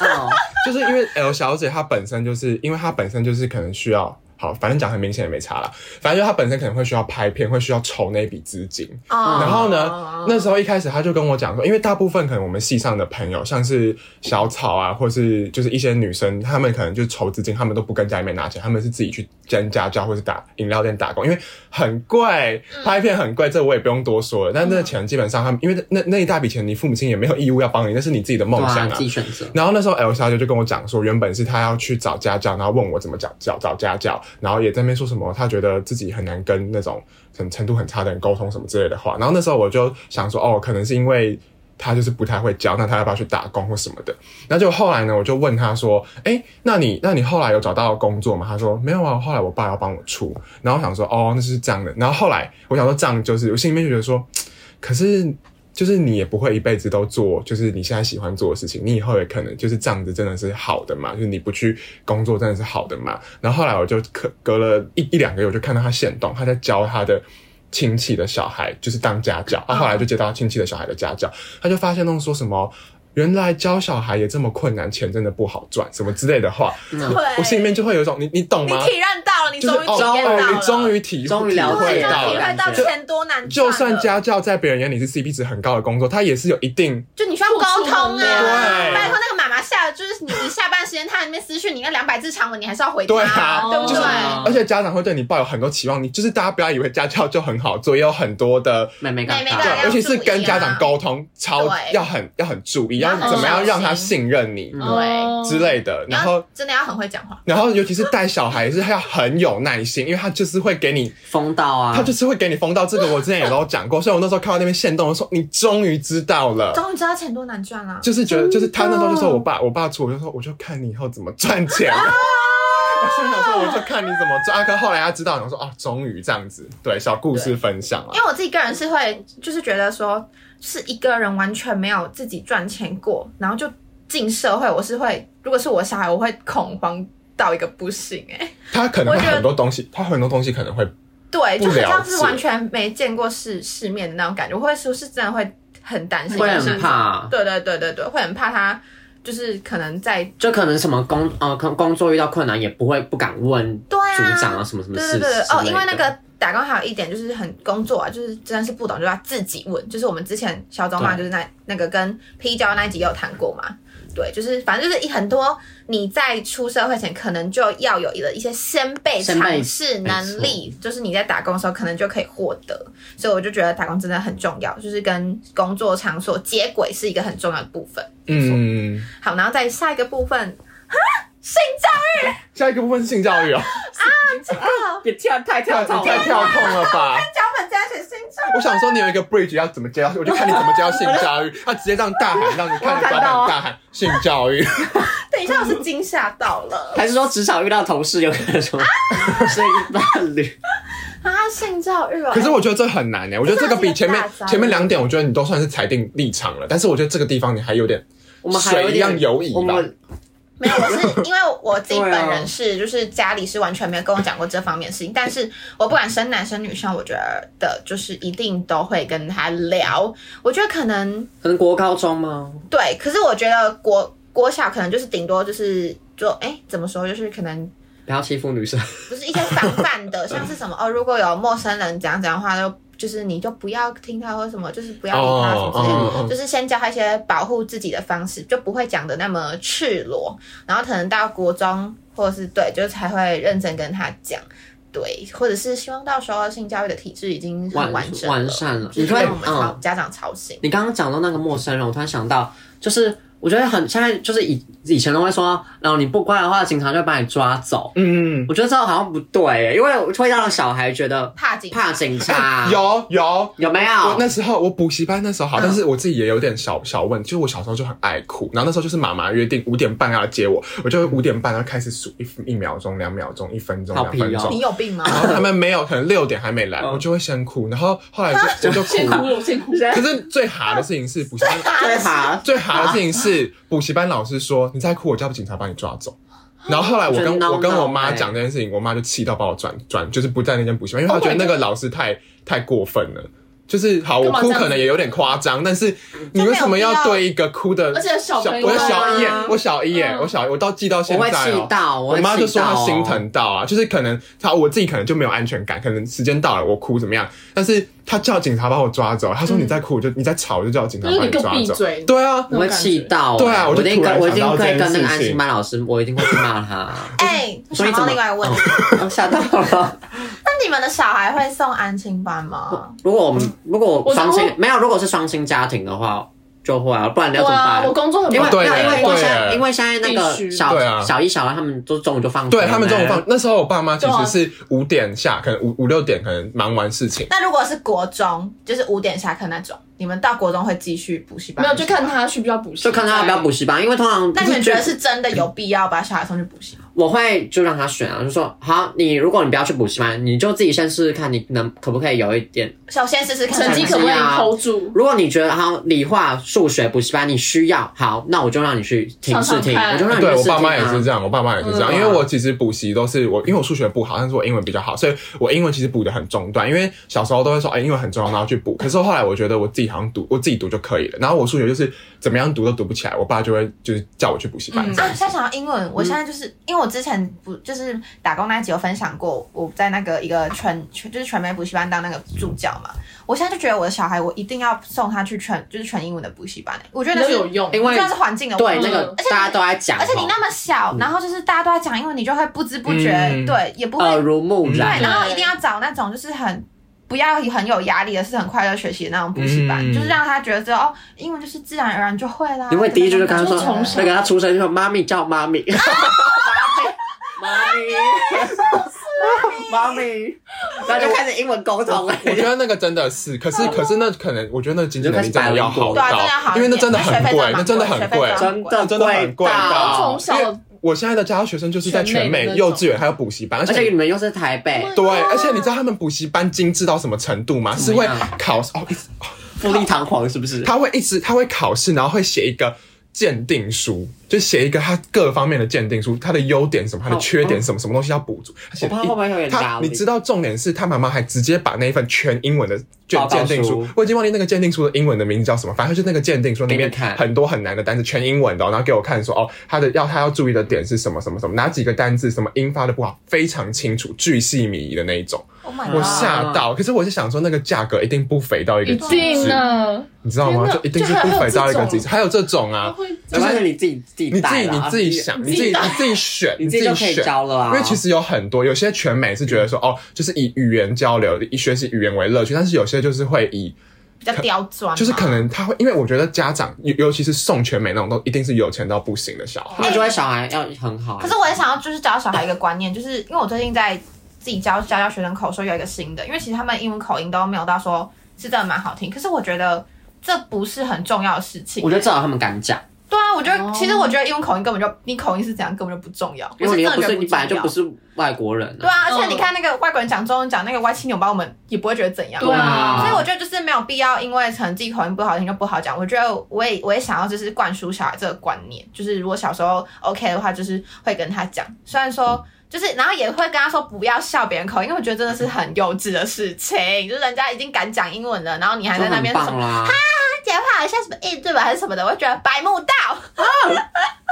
Speaker 3: 嗯
Speaker 1: 哦，
Speaker 2: 就是因为 L 小姐她本身就是，因为她本身就是可能需要，好，反正讲很明显也没差啦，反正就她本身可能会需要拍片，会需要筹那笔资金，
Speaker 3: 哦
Speaker 2: 然后呢，那时候一开始他就跟我讲说，因为大部分可能我们系上的朋友，像是小草啊，或是就是一些女生，她们可能就筹资金，她们都不跟家里面拿钱，她们是自己去兼家教或是打饮料店打工，因为很贵，拍片很贵，这我也不用多说了。但那钱基本上他们，因为那那一大笔钱，你父母亲也没有义务要帮你，那是你自己的 梦
Speaker 1: 对啊，
Speaker 2: 想
Speaker 1: 你
Speaker 2: 啊
Speaker 1: 自。己选择。
Speaker 2: 然后那时候 L 小姐就跟我讲说，原本是她要去找家教，然后问我怎么找教找家教，然后也在那边说什么她觉得自己很难跟那种程程度很差的人沟通什么之类的话。然后那时候我就想说，哦，可能是因为她就是不太会教，那她要不要去打工或什么的？然后就后来呢，我就问她说，哎，那你那你后来有找到工作吗？她说没有啊，后来我爸要帮我出。然后我想说，哦，那是这样的。然后后来我想说这样就是，我心里面就觉得说，可是就是你也不会一辈子都做，就是你现在喜欢做的事情，你以后也可能就是这样子，真的是好的嘛？就是你不去工作，真的是好的嘛？然后后来我就隔隔了一一两个月，我就看到他现动，他在教他的。亲戚的小孩就是当家
Speaker 1: 啊
Speaker 2: 教，他、后来就接到亲戚的小孩的家教，他就发现那种说什么，原来教小孩也这么困难，钱真的不好赚，什么之类的话，
Speaker 1: 嗯
Speaker 3: 对，
Speaker 2: 我心里面就会有一种你你懂
Speaker 3: 你
Speaker 2: 吗？
Speaker 3: 体认到了，你
Speaker 2: 就是
Speaker 3: 终于体
Speaker 2: 哦
Speaker 3: 验到
Speaker 2: 哦，
Speaker 3: 了，
Speaker 2: 你终于体
Speaker 1: 终于
Speaker 2: 体
Speaker 1: 了
Speaker 3: 对
Speaker 2: 会
Speaker 1: 解
Speaker 3: 终
Speaker 2: 到
Speaker 3: 于体
Speaker 1: 了
Speaker 3: 会到
Speaker 1: 就
Speaker 3: 钱多难赚了，
Speaker 2: 就算家教在别人眼里是 CP 值很高的工作，它也是有一定
Speaker 3: 就你需要沟
Speaker 4: 付出
Speaker 3: 通
Speaker 4: 能
Speaker 3: 啊，
Speaker 2: 量
Speaker 3: 拜托那个妈妈下就是你你下班时间他在那边私讯你那两百字长文，你还是要回他，
Speaker 2: 对
Speaker 3: 对
Speaker 2: 啊
Speaker 3: 不
Speaker 4: 就
Speaker 3: 对
Speaker 4: 是？
Speaker 2: 而且家长会对你抱有很多期望，你就是大家不要以为家教就很好做，也有很多的
Speaker 1: 妹妹尴
Speaker 3: 妹妹
Speaker 1: 尬
Speaker 3: 尴尬
Speaker 2: 对，
Speaker 3: 要
Speaker 2: 尤其
Speaker 3: 注
Speaker 2: 是
Speaker 3: 意
Speaker 2: 跟家
Speaker 3: 啊
Speaker 2: 长沟通，超
Speaker 3: 对
Speaker 2: 要很要很注意，要
Speaker 3: 要很
Speaker 2: 怎么样
Speaker 3: 小
Speaker 2: 让他
Speaker 3: 心
Speaker 2: 信任你
Speaker 1: 嗯
Speaker 4: 哦
Speaker 2: 之类的。
Speaker 3: 你
Speaker 2: 然后
Speaker 3: 要，真的要很会讲话，
Speaker 2: 然后尤其是带小孩是要很有耐心，因为他就是会给你，
Speaker 1: 疯到啊
Speaker 2: 他！就是会给你封到这个。我之前也都讲过，所以我那时候看到那边限动的时候，你终于知道了。
Speaker 3: 终于知道钱多难赚了。
Speaker 2: 就是觉得，就是他那时候就说
Speaker 4: 真的
Speaker 2: 我爸，我爸出，我就说我就看你以后怎么赚钱。 我
Speaker 3: 啊
Speaker 2: 心想说我就看你怎么赚。啊，可后来他知道，然后说啊，终于这样子，对，小故事分享啊
Speaker 3: 因。为我自己个人是会，就是觉得说，是一个人完全没有自己赚钱过，然后就进社会，我是会，如果是我小孩，我会恐慌到一个不行哎、欸
Speaker 2: 他可能会
Speaker 3: 我觉得
Speaker 2: 很多东西，他很多东西可能会
Speaker 3: 对，就
Speaker 2: 不
Speaker 3: 很
Speaker 2: 了
Speaker 3: 像是
Speaker 2: 解
Speaker 3: 完全没见过世世面的那种感觉，我会说是真的会很担心，
Speaker 1: 会
Speaker 3: 就是
Speaker 1: 很怕，
Speaker 3: 对对对对对，会很怕他就是可能在
Speaker 1: 就可能什么工呃工工作遇到困难也不会不敢问
Speaker 3: 对啊
Speaker 1: 组长啊什么什么
Speaker 3: 对
Speaker 1: 事
Speaker 3: 对对对
Speaker 1: 之
Speaker 3: 哦，
Speaker 1: 类
Speaker 3: 因为那
Speaker 1: 的
Speaker 3: 个打工还有一点就是很工作啊，就是真的是不懂就要自己问，就是我们之前小周嘛，
Speaker 1: 对
Speaker 3: 就是那那个跟 P 交那一集也有谈过嘛。对，就是反正就是一很多你在出社会前，可能就要有了一些先辈
Speaker 1: 先辈
Speaker 3: 尝试能力，就是你在打工的时候可能就可以获得。所以我就觉得打工真的很重要，就是跟工作场所接轨是一个很重要的部分。
Speaker 2: 嗯。
Speaker 3: 好，然后再下一个部分，
Speaker 2: 下一个部分是性教育 哦，
Speaker 1: 别跳太跳
Speaker 2: 你太跳痛了 吧！
Speaker 3: 脚本加写新招，
Speaker 2: 我想说你有一个 bridge 要怎么接下去，我就看你怎么接到性教 育，他直接这样大喊，让你看着
Speaker 4: 我看
Speaker 2: 家
Speaker 4: 到
Speaker 2: 长
Speaker 4: 啊
Speaker 2: 大喊性教育，
Speaker 3: 等一下我是惊吓到了。
Speaker 1: 还是说职场遇到同事有可能什么是伴侣？
Speaker 3: 啊，性教育哦。
Speaker 2: 可是我觉得这很难欸呢，我觉得这个比前面
Speaker 3: 这是一个大灾
Speaker 2: 前面两点，我觉得你都算是裁定立场了，但是我觉得这个地方你还有点
Speaker 1: 我们还有
Speaker 2: 水一
Speaker 1: 点
Speaker 2: 样游移
Speaker 1: 我
Speaker 2: 吧。
Speaker 1: 们
Speaker 3: 没有，我 是因为我自己本
Speaker 1: 对啊
Speaker 3: 人是，就是家里是完全没有跟我讲过这方面的事情，但是我不管生男生女生，我觉得就是一定都会跟他聊。我觉得可能
Speaker 1: 可能国高中吗？
Speaker 3: 对，可是我觉得国国小可能就是顶多就是做，哎，怎么说，就是可能
Speaker 1: 不要欺负女生，
Speaker 3: 不是一些防范的，像是什么哦，如果有陌生人怎样怎样的话，就就是你就不要听他或什么，就是不要理他什么之类的。
Speaker 2: 哦哦
Speaker 3: 就是先教他一些保护自己的方式，就不会讲的那么赤裸。然后可能到国中或者是对，就才会认真跟他讲，对，或者是希望到时候性教育的体制已经很 完整
Speaker 1: 完完善了
Speaker 3: 了，就是
Speaker 1: 你
Speaker 3: 让
Speaker 1: 看
Speaker 3: 我们操
Speaker 1: 嗯
Speaker 3: 家长操心。
Speaker 1: 你刚刚讲到那个陌生人，我突然想到，就是我觉得很现在就是以以前都会说，然后你不乖的话，警察就会把你抓走。
Speaker 2: 嗯，
Speaker 1: 我觉得这好像不对，因为会让小孩觉 得
Speaker 3: 怕警察
Speaker 1: 怕警察。
Speaker 2: 有有。
Speaker 1: 有没
Speaker 2: 我
Speaker 1: 有？
Speaker 2: 那时候我补习班那时候好，
Speaker 3: 嗯
Speaker 2: 但是我自己也有点小小问题，就是我小时候就很爱哭，然后那时候就是妈妈约定五点半要来接我，我就五点半然后开始数一一秒钟、两秒钟、一分钟、
Speaker 1: 好
Speaker 2: 两
Speaker 1: 皮哦
Speaker 2: 分钟
Speaker 3: 你，有病吗？
Speaker 2: 然后他们没有，可能六点还没来，
Speaker 1: 嗯
Speaker 2: 我就会先哭，然后后来就我就
Speaker 4: 先
Speaker 2: 哭
Speaker 4: 哭了，。我先哭了。
Speaker 2: 可是最哈的事情是补习班，
Speaker 1: 对吧？
Speaker 2: 最哈的事情是补习班老师说你再哭，我叫警察把你抓走。然后后来我
Speaker 1: 真
Speaker 2: 跟
Speaker 1: 闹
Speaker 2: 我跟
Speaker 1: 闹
Speaker 2: 我妈
Speaker 1: 欸
Speaker 2: 讲这件事情，我妈就气到把我转转，就是不在那间补习班，因为她
Speaker 4: Oh
Speaker 2: 觉
Speaker 4: my
Speaker 2: 得那个老师太太过分了。就是好，我
Speaker 4: 干嘛
Speaker 2: 哭
Speaker 4: 这样
Speaker 2: 可能
Speaker 4: 子
Speaker 2: 也有点夸张，但是你为什么要对一个哭的？
Speaker 4: 而且小朋友
Speaker 2: 我小一耶
Speaker 1: 啊，
Speaker 2: 我小一耶，
Speaker 4: 嗯
Speaker 2: 我小一，我到记到现
Speaker 1: 我会
Speaker 2: 在哦
Speaker 1: 气到，
Speaker 2: 我
Speaker 1: 会
Speaker 2: 妈就
Speaker 1: 气
Speaker 2: 说
Speaker 1: 到
Speaker 2: 她
Speaker 1: 哦
Speaker 2: 心。疼到啊，就是可能她我自己可能就没有安全感，可能时间到了我哭怎么样，但是她叫警察把我抓走，她说你再哭我就、你再吵我就叫警察
Speaker 4: 就是
Speaker 2: 把
Speaker 4: 你给我
Speaker 2: 抓
Speaker 4: 闭
Speaker 2: 走，
Speaker 4: 嘴！
Speaker 2: 对啊，
Speaker 1: 我会气到、
Speaker 2: 对啊
Speaker 1: 我
Speaker 2: 我就
Speaker 1: 一定
Speaker 2: 突然
Speaker 1: 跟我一定
Speaker 2: 想到
Speaker 1: 会跟
Speaker 2: 这件
Speaker 1: 那
Speaker 2: 事
Speaker 1: 个安
Speaker 2: 情
Speaker 1: 心班老师，我一定会去骂他。
Speaker 3: 哎，我
Speaker 1: 所以
Speaker 3: 想到
Speaker 1: 怎么
Speaker 3: 另外一个问题，
Speaker 1: 哦 我吓到了。
Speaker 3: 那你们的小孩会送安亲班吗？
Speaker 1: 如果我们如果我
Speaker 4: 我
Speaker 1: 双亲
Speaker 4: 我
Speaker 1: 没有，如果是双亲家庭的话，就会啊，不然你要怎么
Speaker 4: 啊，我
Speaker 1: 办？
Speaker 4: 工作很
Speaker 1: 因为
Speaker 4: 忙，
Speaker 2: 哦对
Speaker 1: 那因为因
Speaker 2: 对
Speaker 1: 为
Speaker 2: 啊
Speaker 1: 现在因为现在那
Speaker 4: 必
Speaker 1: 个
Speaker 4: 须
Speaker 1: 小
Speaker 2: 对啊
Speaker 1: 小一、小二他们都中午就放学了
Speaker 2: 对啊
Speaker 1: 呢，
Speaker 2: 他们中午放，那时候我爸妈其
Speaker 4: 对啊
Speaker 2: 实是五点下，可能五五六点可能忙完事情，
Speaker 3: 那如果是国中，就是五点下课那种，你们到国中会继续补习班？
Speaker 4: 没有就看。他需不需要补习，
Speaker 1: 就看他要不要补习班，因为通常
Speaker 3: 那你们觉得
Speaker 1: 就是
Speaker 3: 真的有必要把小孩送去补习吗？
Speaker 1: 我会就让他选啊，就说好，你如果你不要去补习班，你就自己先试试看，你能可不可以有一点
Speaker 3: 首先试试看
Speaker 4: 成绩可不可以 hold 住？
Speaker 1: 如果你觉得好，理化、数学补习班你需要，好，那我就让你去听
Speaker 4: 上
Speaker 1: 试
Speaker 4: 上
Speaker 1: 听，
Speaker 4: 看
Speaker 1: 我就让你
Speaker 2: 对
Speaker 1: 去
Speaker 2: 我
Speaker 1: 试听、
Speaker 2: 爸
Speaker 1: 啊。
Speaker 2: 妈也是这样，我爸妈也是这样，
Speaker 1: 嗯
Speaker 2: 因为我其实补习都是我，因为我数学不好，但是我英文比较好，所以我英文其实补的很中段。因为小时候都会说，哎、英文很重要，然后去补。可是后来我觉得我自己己好像读，我自己读就可以了。然后我数学就是怎么样读都读不起来，我爸就会就是叫我去补习班
Speaker 3: 嗯，
Speaker 2: 这
Speaker 3: 啊，
Speaker 2: 样子
Speaker 3: 现在想到英文，
Speaker 1: 嗯
Speaker 3: 我现在就是、因为我之前不就是打工那集有分享过，我在那个一个全全就是全美补习班当那个助教嘛，我现在就觉得我的小孩我一定要送他去全就是全英文的补习班、欸，我觉得
Speaker 4: 比
Speaker 3: 那
Speaker 4: 较
Speaker 3: 是
Speaker 4: 有用，
Speaker 1: 因为
Speaker 3: 算是环境的
Speaker 1: 对
Speaker 3: 问
Speaker 1: 那
Speaker 3: 题。
Speaker 1: 个
Speaker 3: 而且
Speaker 1: 大家都在讲，嗯
Speaker 3: 而且你那么小，然后就是大家都在讲英文，你就会不知不觉，
Speaker 2: 嗯
Speaker 3: 对，也不会、
Speaker 1: 耳濡目
Speaker 2: 对
Speaker 1: 染
Speaker 4: 嗯，
Speaker 3: 对，然后一定要找那种就是很不要很有压力的，是很快乐学习的那种补习班，
Speaker 2: 嗯
Speaker 3: 就是让他觉得哦，英文就是自然而然就会啦。
Speaker 1: 你会第一句就跟他说
Speaker 4: 就从小
Speaker 1: 那个他出生就说妈咪叫妈咪，妈咪，妈咪，妈咪，然后就开始英文沟通了。
Speaker 2: 我觉得那个真的是，可是可是那可能，我觉得那经济能力真的要好
Speaker 1: 对
Speaker 3: 啊真的要
Speaker 2: 到，
Speaker 3: 好一点
Speaker 2: 因为那真的很贵，那
Speaker 3: 那
Speaker 2: 真的
Speaker 3: 学费
Speaker 2: 很
Speaker 3: 真的
Speaker 2: 贵
Speaker 3: 蛮贵，
Speaker 1: 真的
Speaker 2: 真的很贵
Speaker 1: 到
Speaker 2: 到
Speaker 4: 从小
Speaker 2: 因为我现在的家教学生就是在全
Speaker 4: 全美
Speaker 2: 美
Speaker 4: 的那种
Speaker 2: 幼稚园还有补习班，而
Speaker 1: 而且你
Speaker 2: 且。
Speaker 1: 们又是台北，
Speaker 2: 对，而且你知道他们补习班精致到什么程度吗？是
Speaker 1: 么
Speaker 2: 会
Speaker 1: 样
Speaker 2: 考哦，一直
Speaker 1: 富丽堂皇是不是？
Speaker 2: 他会一直他会考试，然后会写一个鉴定书，就写一个他各方面的鉴定书，他的优点什么，他的缺点什么，什么东西要补足。他写
Speaker 1: 我怕会不会有
Speaker 2: 一
Speaker 1: 点
Speaker 2: 他
Speaker 1: 压，力
Speaker 2: 你知道重点是他妈妈还直接把那一份全英文的
Speaker 1: 报
Speaker 2: 鉴
Speaker 1: 告
Speaker 2: 鉴定
Speaker 1: 书
Speaker 2: 书，我已经忘记那个鉴定书的英文的名字叫什么，反正就是那个鉴定书里
Speaker 1: 给
Speaker 2: 面
Speaker 1: 你看
Speaker 2: 很多很难的单词，全英文的哦、然后给我看说哦，他的要他要注意的点是什么什么什么，哪几个单字什么音发的不好，非常清楚，巨细靡遗的那一种，
Speaker 3: Oh my
Speaker 2: 我
Speaker 3: god！
Speaker 2: 吓到。可是我是想说那个价格一定不肥到一个
Speaker 4: 一
Speaker 2: 极致
Speaker 4: 定。呢，
Speaker 2: 你知道吗？
Speaker 4: 天哪
Speaker 2: 就一定是不肥到一个极致，还有这种啊，
Speaker 4: 会
Speaker 1: 没关系，你自己自己
Speaker 2: 你自
Speaker 1: 带
Speaker 2: 己
Speaker 1: 啦
Speaker 2: 你自己想，你自己你自己选，
Speaker 1: 你自
Speaker 2: 自
Speaker 1: 己
Speaker 2: 己
Speaker 1: 就可以
Speaker 2: 选。
Speaker 1: 教了啊。
Speaker 2: 因为其实有很多，有些全美是觉得说，哦，就是以语言交流、以学习语言为乐趣，但是有些就是会以，
Speaker 3: 比较刁钻嘛，
Speaker 2: 就是可能他会，因为我觉得家长，尤尤其是送全美那种，都一定是有钱到不行的小孩。
Speaker 1: 那就会小孩要很好啊。
Speaker 3: 可是我很想要，就是教小孩一个观念，就是因为我最近在自己教教教学生口说有一个新的，因为其实他们英文口音都没有到说是真的蛮好听，可是我觉得这不是很重要的事情。
Speaker 1: 我觉得至少他们敢讲，
Speaker 3: 对啊，我觉得、
Speaker 4: 哦
Speaker 3: 其实我觉得英文口音根本就你口音是怎样根本就不重要，
Speaker 1: 因为
Speaker 3: 我
Speaker 1: 你又
Speaker 3: 真
Speaker 1: 不
Speaker 3: 的觉
Speaker 1: 是
Speaker 3: 得
Speaker 1: 你本来就
Speaker 3: 重要
Speaker 1: 不。是外国人
Speaker 3: 对
Speaker 1: 啊。
Speaker 3: 啊，而且
Speaker 4: 嗯
Speaker 3: 你看那个外国人讲中文讲那个歪七扭八，我们也不会觉得怎样。
Speaker 4: 对啊，
Speaker 3: 所以我觉得就是没有必要，因为可能自己口音不好听就不好讲。我觉得我也我也想要就是灌输小孩这个观念，就是如果小时候 OK 的话，就是会跟他讲。虽然说就是，然后也会跟他说不要笑别人口音，因为我觉得真的是很幼稚的事情。就是人家已经敢讲英文了，然后你还
Speaker 1: 就
Speaker 3: 在那
Speaker 1: 很
Speaker 3: 边说什
Speaker 1: 棒啊
Speaker 3: 么
Speaker 1: 啦，
Speaker 3: 讲话好像什么印度吧还是什么的，我觉得白目到。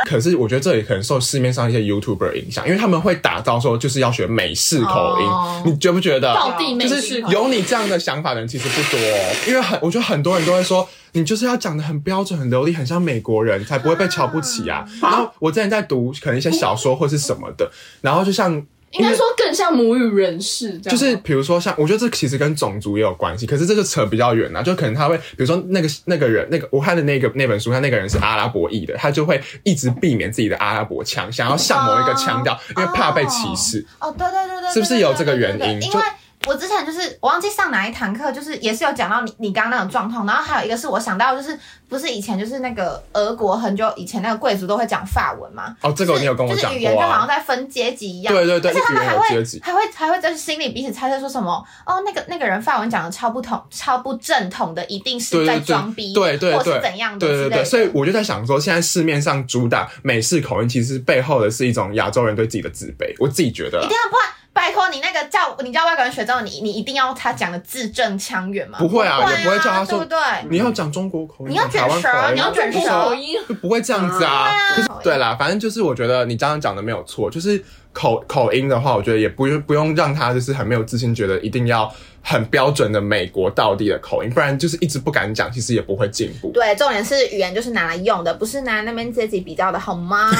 Speaker 2: 可是我觉得这也可能受市面上一些 YouTuber 影响，因为他们会打造说就是要学美式口音，
Speaker 3: 哦
Speaker 2: 你觉不觉得？
Speaker 4: 到地美
Speaker 2: 啊就是
Speaker 4: 式口音
Speaker 2: 有你这样的想法的人其实不多、因为很我觉得很多人都会说你就是要讲的很标准、很流利，很像美国人，才不会被瞧不起啊。然后我之前在读可能一些小说或是什么的，然后就像
Speaker 4: 应该说更像母语人士这样，
Speaker 2: 就是比如说像，我觉得这其实跟种族也有关系，可是这个扯比较远啊啦、就可能他会，比如说那个那个人，那个我看的那个那本书，他那个人是阿拉伯裔的，他就会一直避免自己的阿拉伯腔，想要像某一个腔调，因为怕被歧视。
Speaker 3: 哦，对对对对，
Speaker 2: 是不是有这个原因
Speaker 3: 对对对对
Speaker 2: 就
Speaker 3: 因为我之前就是我忘记上哪一堂课，就是也是有讲到你你刚刚那种状况，然后还有一个是我想到就是不是以前就是那个俄国很久以前那个贵族都会讲法文嘛，
Speaker 2: 哦，这个你有跟我
Speaker 3: 就是
Speaker 2: 讲
Speaker 3: 就是语言
Speaker 2: 过
Speaker 3: 就好像
Speaker 2: 啊？
Speaker 3: 在分阶级一样。
Speaker 2: 对对对，
Speaker 3: 而且他
Speaker 2: 语
Speaker 3: 们
Speaker 2: 言
Speaker 3: 还
Speaker 2: 有阶
Speaker 3: 会
Speaker 2: 级。
Speaker 3: 还会还会就是心里彼此猜测说什么哦，那个那个人法文讲的超不同超不正统的，一定是
Speaker 2: 对
Speaker 3: 在
Speaker 2: 对
Speaker 3: 装逼，
Speaker 2: 对对
Speaker 3: 或
Speaker 2: 对
Speaker 3: 是怎样的
Speaker 2: 对
Speaker 3: 之
Speaker 2: 对
Speaker 3: 类的
Speaker 2: 对，所以我就在想说，现在市面上主打美式口音，其实背后的是一种亚洲人对自己的自卑。我自己觉得
Speaker 3: 一
Speaker 2: 啦
Speaker 3: 定，要不然拜托你那个叫你叫外国人学中文，你你一定要他讲的字正腔圆吗？
Speaker 2: 不会啊
Speaker 3: 对啊，
Speaker 2: 也不会叫他说
Speaker 3: 对不对？
Speaker 2: 你要讲中国口音，
Speaker 3: 你要
Speaker 2: 讲台湾
Speaker 3: 卷舌
Speaker 2: 口音，
Speaker 3: 你要
Speaker 2: 就
Speaker 3: 卷
Speaker 4: 中国
Speaker 2: 是
Speaker 3: 舌
Speaker 1: 哦
Speaker 4: 口音，
Speaker 2: 就不会这样子啊。可是对啦，反正就是我觉得你刚刚讲的没有错，就是口口音的话，我觉得也不用不用让他就是很没有自信，觉得一定要很标准的美国道地的口音，不然就是一直不敢讲，其实也不会进步。
Speaker 3: 对，重点是语言就是拿来用的，不是拿来那边阶级比较的，好 吗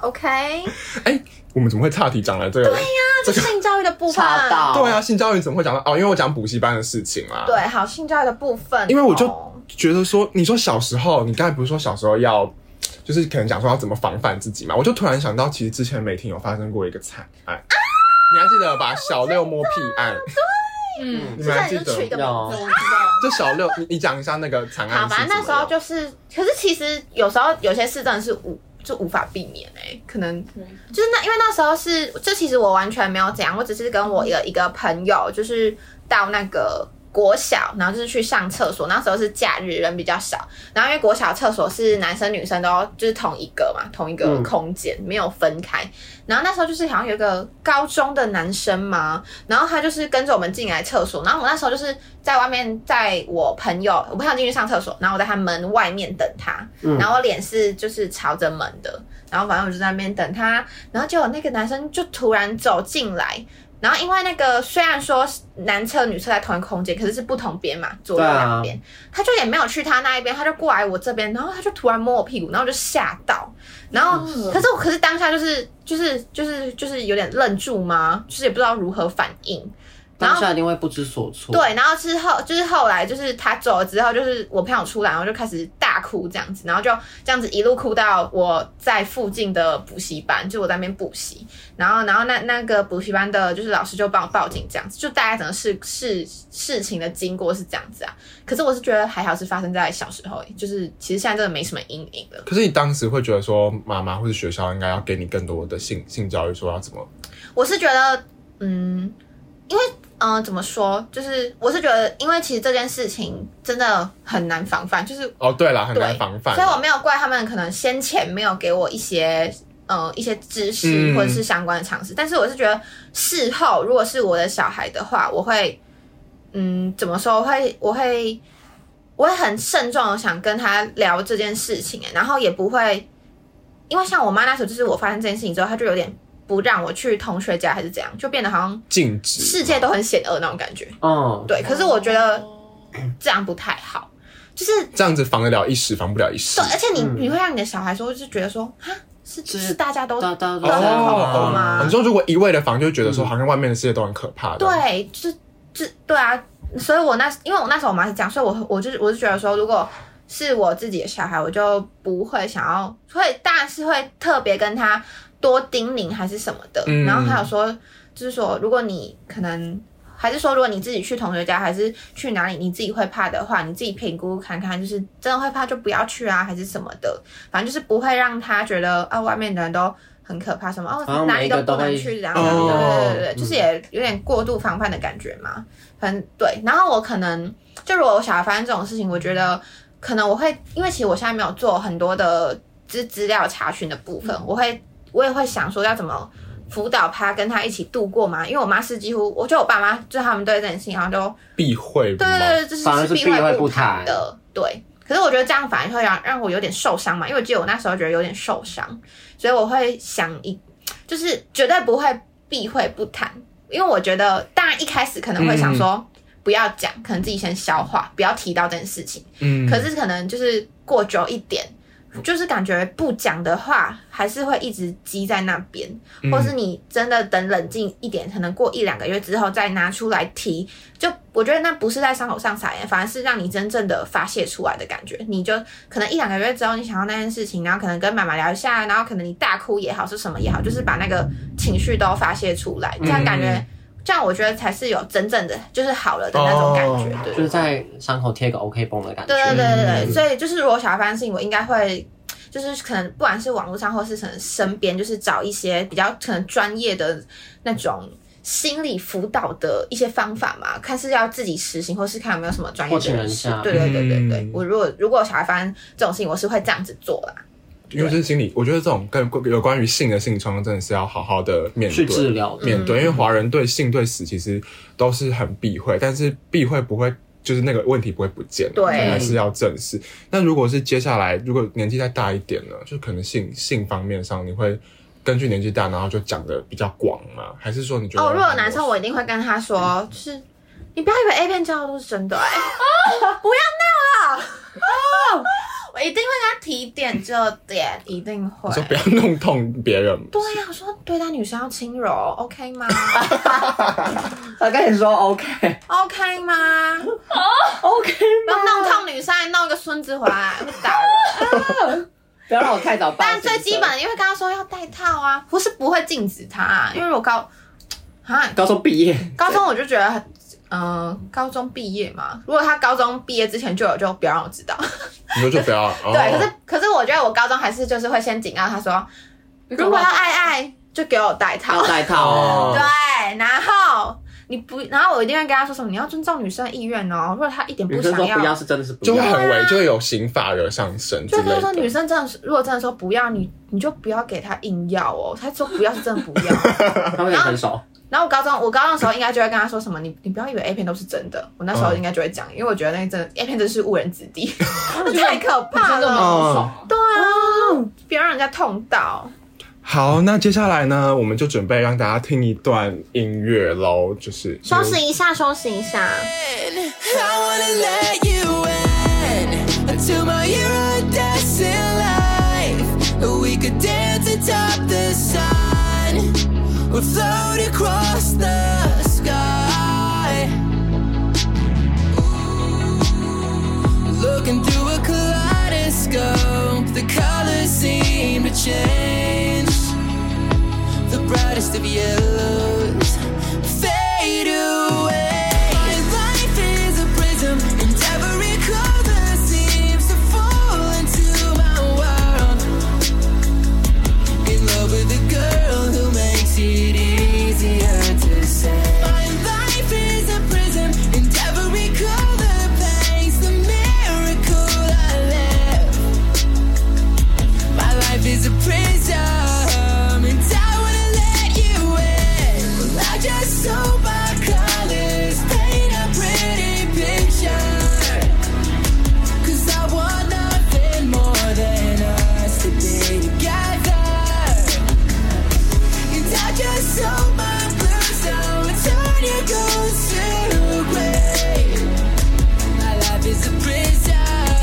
Speaker 3: ？OK，
Speaker 2: 哎、我们怎么会岔题讲了这个？对呀、
Speaker 3: 这是性教育的部 分。
Speaker 1: 查到
Speaker 2: 对啊，性教育怎么会讲到？哦，因为我讲补习班的事情啦。
Speaker 3: 对，好，性教育的部分哦，
Speaker 2: 因为我就觉得说，你说小时候，你刚才不是说小时候要，就是可能讲说要怎么防范自己嘛？我就突然想到，其实之前媒体有发生过一个惨案，你还记得吧？小六摸屁案，
Speaker 4: 嗯，
Speaker 2: 你
Speaker 3: 这
Speaker 2: 们还
Speaker 3: 样
Speaker 2: 记
Speaker 3: 就
Speaker 2: 得
Speaker 3: 取一个名
Speaker 4: 我
Speaker 1: 有
Speaker 4: 知
Speaker 3: 字。
Speaker 4: 道，
Speaker 2: 就小六，你你讲一下那个惨案
Speaker 3: 好，
Speaker 2: 是
Speaker 3: 反正
Speaker 2: 怎么
Speaker 3: 那时候
Speaker 2: 样
Speaker 3: 就是，可是其实有时候有些事真的是无就无法避免哎、可能就是那因为那时候是，就其实我完全没有怎样，我只是跟我一个一个朋友就是到那个国小，然后就是去上厕所，那时候是假日，人比较少。然后因为国小厕所是男生女生都就是同一个嘛，同一个
Speaker 1: 嗯
Speaker 3: 空间，没有分开。然后那时候就是好像有一个高中的男生嘛，然后他就是跟着我们进来厕所，然后我那时候就是在外面，在我朋友我朋友进去上厕所，然后我在他门外面等他，
Speaker 1: 嗯
Speaker 3: 然后我脸是就是朝着门的，然后反正我就在那边等他，然后结果那个男生就突然走进来，然后因为那个虽然说男厕女厕在同一个空间，可是是不同边嘛，左右
Speaker 1: 对啊
Speaker 3: 两边，他就也没有去他那一边，他就过来我这边，然后他就突然摸我屁股，然后我就吓到，然后
Speaker 1: 嗯
Speaker 3: 可是我可是当下就是就是就是就是有点愣住嘛，就是也不知道如何反应，然
Speaker 1: 当
Speaker 3: 后
Speaker 1: 下一定会不知所措。
Speaker 3: 对，然后之后就是后来就是他走了之后，就是我朋友出来，然后就开始大哭这样子，然后就这样子一路哭到我在附近的补习班，就我在那边补习，然后然后那那个补习班的就是老师就帮我报警这样子，就大概整个事事事情的经过是这样子啊。可是我是觉得还好是发生在小时候，就是其实现在真的没什么阴影了。
Speaker 2: 可是你当时会觉得说，妈妈或者学校应该要给你更多的性性教育，说要怎么？
Speaker 3: 我是觉得，嗯，因为嗯、呃怎么说，就是我是觉得，因为其实这件事情真的很难防范，就是
Speaker 2: 哦，对了，很
Speaker 3: 对
Speaker 2: 难防范。
Speaker 3: 所以我没有怪他们，可能先前没有给我一些呃一些知识
Speaker 2: 嗯
Speaker 3: 或者是相关的常识。但是我是觉得事后如果是我的小孩的话，我会嗯怎么说？我会我会我会很慎重的想跟他聊这件事情，欸然后也不会因为像我妈那时候，就是我发生这件事情之后，她就有点不让我去同学家还是怎样，就变得好像
Speaker 2: 禁止
Speaker 3: 世界都很险恶那种感觉。
Speaker 1: 哦，
Speaker 3: 对，可是我觉得这样不太好，就是
Speaker 2: 这样子防得了一时，防不了一世
Speaker 3: 对，。而且你、
Speaker 1: 嗯
Speaker 3: 你会让你的小孩说，就是觉得说，哈，是
Speaker 1: 是
Speaker 3: 是大家都
Speaker 1: 大大家都
Speaker 3: 都
Speaker 1: 这
Speaker 3: 很
Speaker 1: 样
Speaker 3: 恐
Speaker 1: 搞
Speaker 3: 怖
Speaker 1: 啊
Speaker 3: 吗
Speaker 2: 哦你说如果一味的防，就会觉得说
Speaker 1: 嗯
Speaker 2: 好像外面的世界都很可怕。这样，
Speaker 3: 对，就是这对啊，所以我那因为我那时候我妈是这样，所以我我就是我就觉得说，如果是我自己的小孩，我就不会想要会，当然是会特别跟他多叮咛还是什么的。
Speaker 2: 嗯
Speaker 3: 然后还有说，就是说，如果你可能。还是说，如果你自己去同学家，还是去哪里，你自己会怕的话，你自己评估看看，就是真的会怕就不要去啊，还是什么的，反正就是不会让他觉得啊，外面的人都很可怕，什么
Speaker 1: 好像
Speaker 3: 哦，哪里
Speaker 1: 每一个
Speaker 3: 不
Speaker 1: 都
Speaker 3: 能
Speaker 1: 会
Speaker 3: 去，这样
Speaker 2: 哦
Speaker 3: 对对对对，
Speaker 1: 嗯
Speaker 3: 就是也有点过度防范的感觉嘛。反正对，然后我可能就如果我小孩发生这种事情，我觉得可能我会，因为其实我现在没有做很多的资资料查询的部
Speaker 1: 嗯
Speaker 3: 分，我会我也会想说要怎么辅导他，跟他一起度过嘛。因为我妈是几乎，我觉得我爸妈就是他们对这件事情好像都
Speaker 2: 避讳
Speaker 3: 对
Speaker 2: 吗
Speaker 3: 对对，就是
Speaker 1: 反而是
Speaker 3: 避
Speaker 1: 避讳
Speaker 3: 不
Speaker 1: 不
Speaker 3: 谈
Speaker 1: 谈
Speaker 3: 的，对。可是我觉得这样反而会让让我有点受伤嘛，因为我记得我那时候觉得有点受伤，所以我会想一，就是绝对不会避讳不谈，因为我觉得当然一开始可能会想说不要讲，可能自己先消化，不要提到这件事情。
Speaker 2: 嗯
Speaker 3: 可是可能就是过久一点，就是感觉不讲的话，还是会一直积在那边，或
Speaker 2: 嗯
Speaker 3: 是你真的等冷静一点，可能过一两个月之后再拿出来提，就我觉得那不是在伤口上撒盐，反而是让你真正的发泄出来的感觉。你就可能一两个月之后，你想到那件事情，然后可能跟妈妈聊一下，然后可能你大哭也好，是什么也好，就是把那个情绪都发泄出来，这样感觉。
Speaker 2: 嗯
Speaker 3: 这样我觉得才是有真正的就是好了的那种感觉，
Speaker 2: 哦
Speaker 3: 对对对
Speaker 1: 就是在伤口贴个 OK 绷的感觉。
Speaker 3: 对啊对对对对，
Speaker 2: 嗯
Speaker 3: 所以就是如果小孩发生事情，我应该会。就是可能不管是网络上，或是可能身边，就是找一些比较可能专业的那种心理辅导的一些方法嘛，看是要自己实行，或是看有没有什么专业
Speaker 1: 或请
Speaker 3: 的人
Speaker 1: 人
Speaker 3: 士
Speaker 1: 下。
Speaker 3: 对对对对对，
Speaker 2: 嗯
Speaker 3: 我如果如果小孩发生这种事情，我是会这样子做啦。
Speaker 2: 因为这是心理，我觉得这种跟有关于性的性创伤，真的是要好好的面
Speaker 1: 去治
Speaker 2: 对。
Speaker 1: 疗
Speaker 3: 嗯
Speaker 1: 的。
Speaker 2: 面对，因为华人对性对死其实都是很避讳，但是避讳不会就是那个问题不会不见，
Speaker 3: 对
Speaker 2: 所以还是要正视。那如果是接下来，如果年纪再大一点呢，就可能性性方面上，你会根据年纪大，然后就讲的比较广嘛？还是说你觉得？
Speaker 3: 哦，如果有男生，我一定会跟他说，就是你不要以为 A 片交流都是真的、 欸，不要闹了。哦我一定会跟他提点这点，一定会。
Speaker 2: 你说不要弄痛别人，
Speaker 3: 对呀、我说对待女生要轻柔，OK 吗
Speaker 1: 他跟你说 OK
Speaker 3: ？OK 吗？不
Speaker 1: OK
Speaker 3: 要弄痛女生，还弄一个孙子回来会打人。
Speaker 1: 不要让我太早报
Speaker 3: 但
Speaker 1: 警声。
Speaker 3: 最基本的，因为刚刚说要戴套啊，不是不会禁止他、啊，因为我高啊
Speaker 1: 高中毕业，
Speaker 3: 高中我就觉得很。嗯，高中毕业嘛，如果他高中毕业之前就有，就不要让我知道。
Speaker 2: 你说就不 要。哦
Speaker 3: 对，可是可是我觉得我高中还是就是会先警告他说，如果要爱爱，就给我戴套
Speaker 1: 要。戴套
Speaker 2: 哦
Speaker 1: 哦。
Speaker 3: 对，然后你不，然后我一定会跟他说什么，你要尊重女生的意愿哦。如果她一点
Speaker 1: 女
Speaker 3: 不
Speaker 1: 生
Speaker 3: 想
Speaker 1: 说
Speaker 3: 要，
Speaker 1: 不要是真的是不
Speaker 2: 就会
Speaker 1: 要，
Speaker 2: 很违，就会有刑法惹上身之
Speaker 3: 就
Speaker 2: 类
Speaker 3: 比如说
Speaker 2: 的。
Speaker 3: 女生真的是，如果真的说不要，你你就不要给她硬要哦。她说不要是真的不要。
Speaker 1: 他们也分手。
Speaker 3: 然后我高中我高中的时候应该就会跟她说什么，你你不要以为 A 片都是真的。我那时候应该就会讲，因为我觉得那真的 A 片真是误人子弟，太可怕
Speaker 4: 真的
Speaker 2: 嗯
Speaker 3: 了。
Speaker 4: 蛮爽。
Speaker 3: 对啊，不要让人家痛到。
Speaker 2: 好，那接下来呢，我们就准备让大家听一段音乐喽，就是
Speaker 3: 收拾一下，收拾一下。
Speaker 5: I wanna let you in to my iridescent life. We could dance atop the sun. We'll float across the sky. Looking through a kaleidoscope, the colors seem to change. The brightest of yellows fade away. Life is a prism, and every color seems to fall into my world. In love with a girl who makes it easier to say. My life is a prism, and every color paints the miracle I live. My life is a prism, and I wanna let you in. Well, I just sold my colors, paint a pretty picture. Cause I want nothing more than us to be together. And I just sold my blues, now it's on your goes to gray. My life is a prison,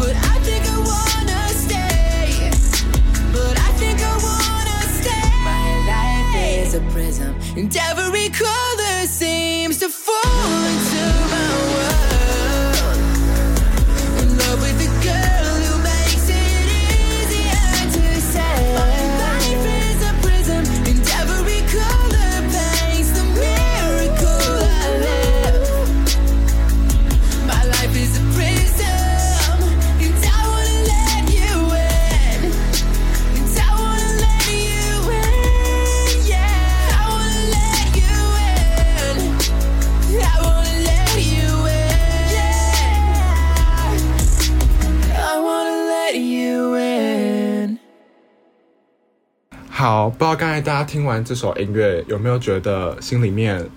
Speaker 5: but I think I wanna stay. But I think I wanna stay. My life is a prism, and every color seems to fall into my world. In love with a girl who makes it easier to say. My life is a prism, and every color paints the miracle I live. My life is a prism, and I wanna let you in. And I wanna let you in, yeah. I wanna let you in. I wanna let you in, yeah. I wanna let you in.
Speaker 2: 好，不知道刚才大家听完这首音乐有没有觉得心里面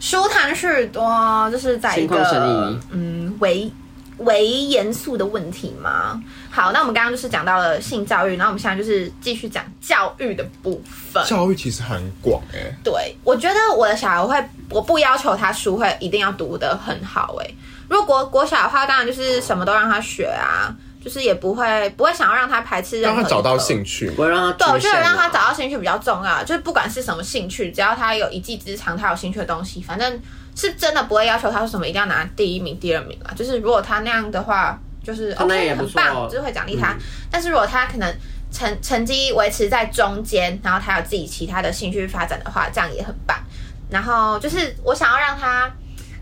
Speaker 3: 舒坦许多，就是在一
Speaker 1: 心旷神
Speaker 3: 个
Speaker 1: 怡
Speaker 3: 嗯为为严肃的问题吗？好，那我们刚刚就是讲到了性教育，然后我们现在就是继续讲教育的部分。
Speaker 1: 呃
Speaker 2: 教育其实很广哎、
Speaker 3: 对，我觉得我的小孩我会，我不要求他书会一定要读得很好诶、如果国国小的话，当然就是什么都让他学啊，就是也不会不会想要让他排斥任
Speaker 2: 让
Speaker 3: 何一
Speaker 2: 他
Speaker 3: 科
Speaker 2: 找到兴趣
Speaker 1: 不。会让他
Speaker 3: 对，我
Speaker 1: 局
Speaker 3: 觉
Speaker 1: 限
Speaker 3: 得
Speaker 1: 啊
Speaker 3: 让他找到兴趣比较重要，就是不管是什么兴趣，只要他有一技之长，他有兴趣的东西，反正是真的不会要求他说什么一定要拿第一名、第二名啦。就是如果他那样的话，就是
Speaker 1: 他那
Speaker 3: OK
Speaker 1: 也不
Speaker 3: 很
Speaker 1: 错啊嗯
Speaker 3: 棒，就是会奖励他。但是如果他可能成成绩维持在中间，然后他有自己其他的兴趣发展的话，这样也很棒。然后就是我想要让他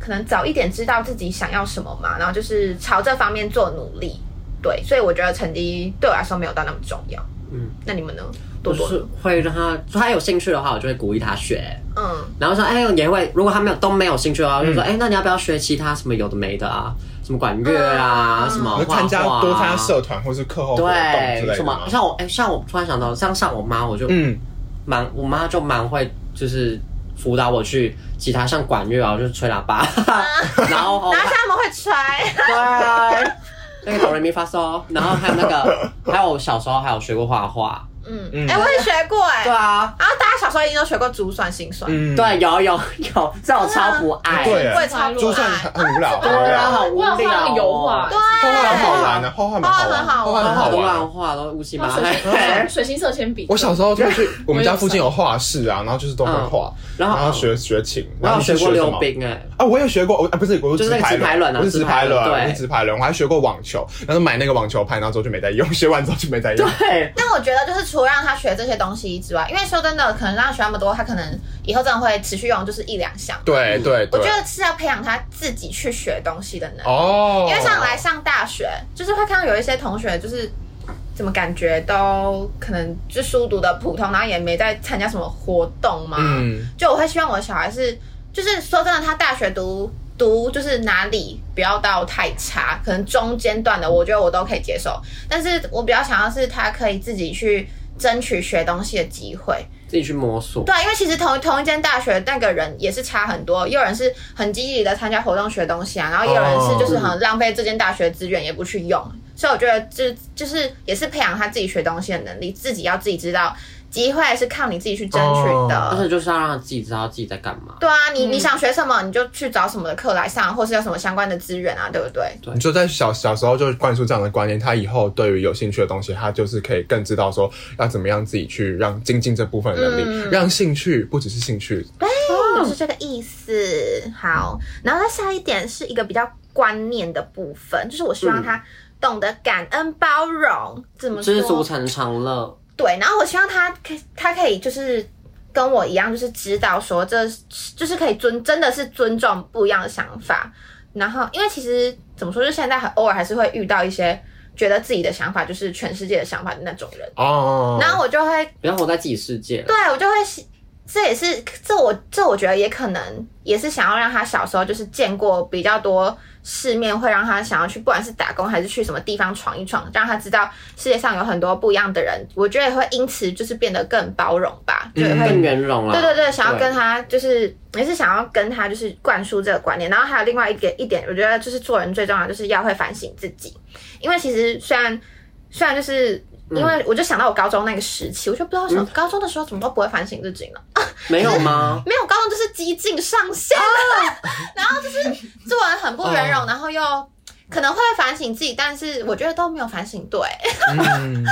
Speaker 3: 可能早一点知道自己想要什么嘛，然后就是朝这方面做努力。对，所以我觉得成绩对我来说没有到那么重要。
Speaker 1: 嗯
Speaker 3: 嗯，那你们呢？多
Speaker 1: 我
Speaker 3: 多
Speaker 1: 就
Speaker 3: 呢，
Speaker 1: 是会让他，他有兴趣的话，我就会鼓励他学。
Speaker 3: 嗯，
Speaker 1: 然后说，哎、也会，如果他没有都没有兴趣的
Speaker 2: 嗯
Speaker 1: 话，我就说，哎、那你要不要学其他什么有的没的啊？什么管乐啊，
Speaker 3: 嗯
Speaker 1: 什么
Speaker 2: 你就
Speaker 1: 画
Speaker 2: 参加
Speaker 1: 画啊
Speaker 2: 多参加社团或是课后活动之
Speaker 1: 对，
Speaker 2: 类
Speaker 1: 什
Speaker 2: 的吗
Speaker 1: 么？像我，哎、像我突然想到，像像我妈，我就
Speaker 2: 嗯，
Speaker 1: 蛮，我妈就蛮会，就是辅导我去其他像管乐啊，我就吹喇叭， 然后
Speaker 3: 然后像他们会吹，
Speaker 1: 哦对，那个哆来咪发嗦，然后还有那 个，还有我小时候还有学过画画，
Speaker 3: 嗯， 哎、
Speaker 2: 嗯
Speaker 3: 我也学过哎、
Speaker 1: 对啊，
Speaker 3: 然后大家小时候一定都学过珠算、心算，
Speaker 2: 嗯，
Speaker 1: 对，有有有，这我超不爱，
Speaker 2: 对
Speaker 3: 我也超
Speaker 4: 珠
Speaker 3: 不
Speaker 2: 珠算
Speaker 3: 爱。
Speaker 2: 很很无聊，很无
Speaker 1: 对啊，
Speaker 2: 聊。
Speaker 1: 好无
Speaker 4: 我有画那
Speaker 1: 聊、啊
Speaker 4: 个油画，
Speaker 3: 对，
Speaker 2: 画画好玩的，画画蛮好玩，
Speaker 3: 画画很好
Speaker 2: 画画
Speaker 3: 玩
Speaker 2: 很好
Speaker 1: 都
Speaker 2: 玩
Speaker 1: 乱。画，都乌 漆
Speaker 4: 画
Speaker 1: 麻
Speaker 4: 水
Speaker 1: 黑。
Speaker 4: 晶水晶色铅笔。
Speaker 2: 哎我小时候就去我们
Speaker 4: 也
Speaker 2: 家
Speaker 4: 是
Speaker 2: 附近有画室
Speaker 1: 嗯
Speaker 2: 啊，然后就是都会画，
Speaker 1: 然后
Speaker 2: 然后学学琴，
Speaker 1: 我
Speaker 2: 然后
Speaker 1: 有
Speaker 2: 你是
Speaker 1: 嗯学过
Speaker 2: 什
Speaker 1: 溜
Speaker 2: 么
Speaker 1: 冰哎，
Speaker 2: 啊，我也学过，我啊不是，我
Speaker 1: 就是那个
Speaker 2: 直
Speaker 1: 直排轮啊
Speaker 2: 我是直
Speaker 1: 直
Speaker 2: 排
Speaker 1: 排
Speaker 2: 轮，
Speaker 1: 轮
Speaker 2: 我是
Speaker 1: 对
Speaker 2: 直排轮，我还学过网球，然后买那个网球拍，然后之后就没再用， 学完之后就没再用。
Speaker 1: 对，
Speaker 3: 但我觉得就是除了让他学这些东西之外，因为说真的，可能让他学那么多，他可能以后真的会持续用，就是一两项。
Speaker 2: 对对
Speaker 3: 我
Speaker 2: 对
Speaker 3: 觉，得是要培养他自己去学东西的能力。
Speaker 2: 哦，
Speaker 3: 因为上来上大学，就是会看到有一些同学就是。怎么感觉都可能就书读的普通，然后也没在参加什么活动嘛。
Speaker 2: 嗯
Speaker 3: 就我会希望我的小孩是就是说真的，他大学读读就是哪里不要到太差，可能中间段的，我觉得我都可以接受。但是我比较想要是他可以自己去争取学东西的机会。
Speaker 1: 自己去摸索。
Speaker 3: 对啊，因为其实同同一间大学那个人也是差很多，也有人是很积极的参加活动学东西啊，然后也有人是就是很浪费这间大学资源也不去用，所以我觉得就就是也是培养他自己学东西的能力，自己要自己知道机会是靠你自己去争取的。
Speaker 1: 而且就是要让自己知道自己在干嘛。
Speaker 3: 对啊，你你想学什么，你就去找什么的课来上，或是有什么相关的资源啊，对不对？
Speaker 2: 你就在小小时候就灌输这样的观念，他以后对于有兴趣的东西，他就是可以更知道说要怎么样自己去让精进这部分的能力，让兴趣不只是兴趣，
Speaker 3: 哦就是这个意思。好，然后再下一点是一个比较观念的部分，就是我希望他懂得感恩包容，怎么
Speaker 1: 知足
Speaker 3: 说？
Speaker 1: 常常乐，
Speaker 3: 对，然后我希望他可以他可以就是。跟我一样，就是知道说这就是可以尊，真的是尊重不一样的想法。然后，因为其实怎么说，就现在很偶尔还是会遇到一些觉得自己的想法就是全世界的想法的那种人，
Speaker 2: 哦，
Speaker 3: 然后我就会
Speaker 1: 不要活在自己世界。
Speaker 3: 对我就会喜，这也是这我这我觉得也可能也是想要让他小时候就是见过比较多世面，会让他想要去不管是打工还是去什么地方闯一闯，让他知道世界上有很多不一样的人。我觉得也会因此就是变得更包容吧，就也会
Speaker 1: 更圆融了。
Speaker 3: 对对对，想要跟他就是也是想要跟他就是灌输这个观念，然后还有另外一个一点，我觉得就是做人最重要就是要会反省自己，因为其实虽然虽然就是。因为我就想到我高中那个时期，我就不知道为什么高中的时候怎么都不会反省自己呢？
Speaker 1: 没有吗？
Speaker 3: 没有，高中就是激进上线， 然后就是做人很不圆融，然后又可能会反省自己，但是我觉得都没有反省对。
Speaker 2: 嗯，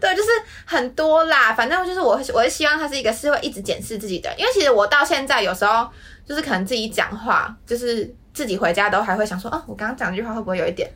Speaker 3: 对，就是很多啦。反正就是我会，我会希望他是一个是会一直检视自己的人，因为其实我到现在有时候就是可能自己讲话，就是自己回家都还会想说，哦，我刚刚讲这句话会不会有一点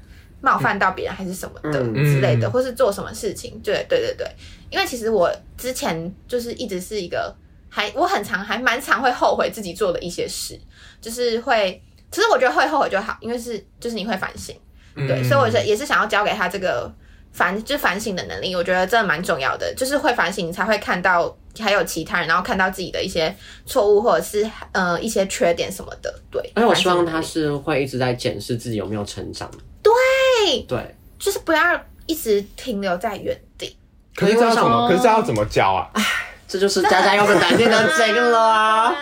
Speaker 3: 冒犯到别人，还是什么的、
Speaker 1: 嗯
Speaker 3: 之类的，
Speaker 2: 嗯
Speaker 3: 或是做什么事情？对对对对，因为其实我之前就是一直是一个还我很常还蛮常会后悔自己做的一些事，就是会，其实我觉得会后悔就好，因为是就是你会反省。
Speaker 1: 嗯
Speaker 3: 对，所以我
Speaker 2: 嗯
Speaker 3: 是也是想要教给他这个反就是反省的能力，我觉得这蛮重要的，就是会反省，你才会看到还有其他人，然后看到自己的一些错误或者是呃一些缺点什么的。对，
Speaker 1: 而且哎我希望他
Speaker 3: 反省
Speaker 1: 是会一直在检视自己有没有成长。
Speaker 3: 对
Speaker 1: 对，
Speaker 3: 就是不要一直停留在原地。
Speaker 2: 可是这要怎么？可是这要怎么教啊？
Speaker 1: 这就是家家有本难念的经了啊。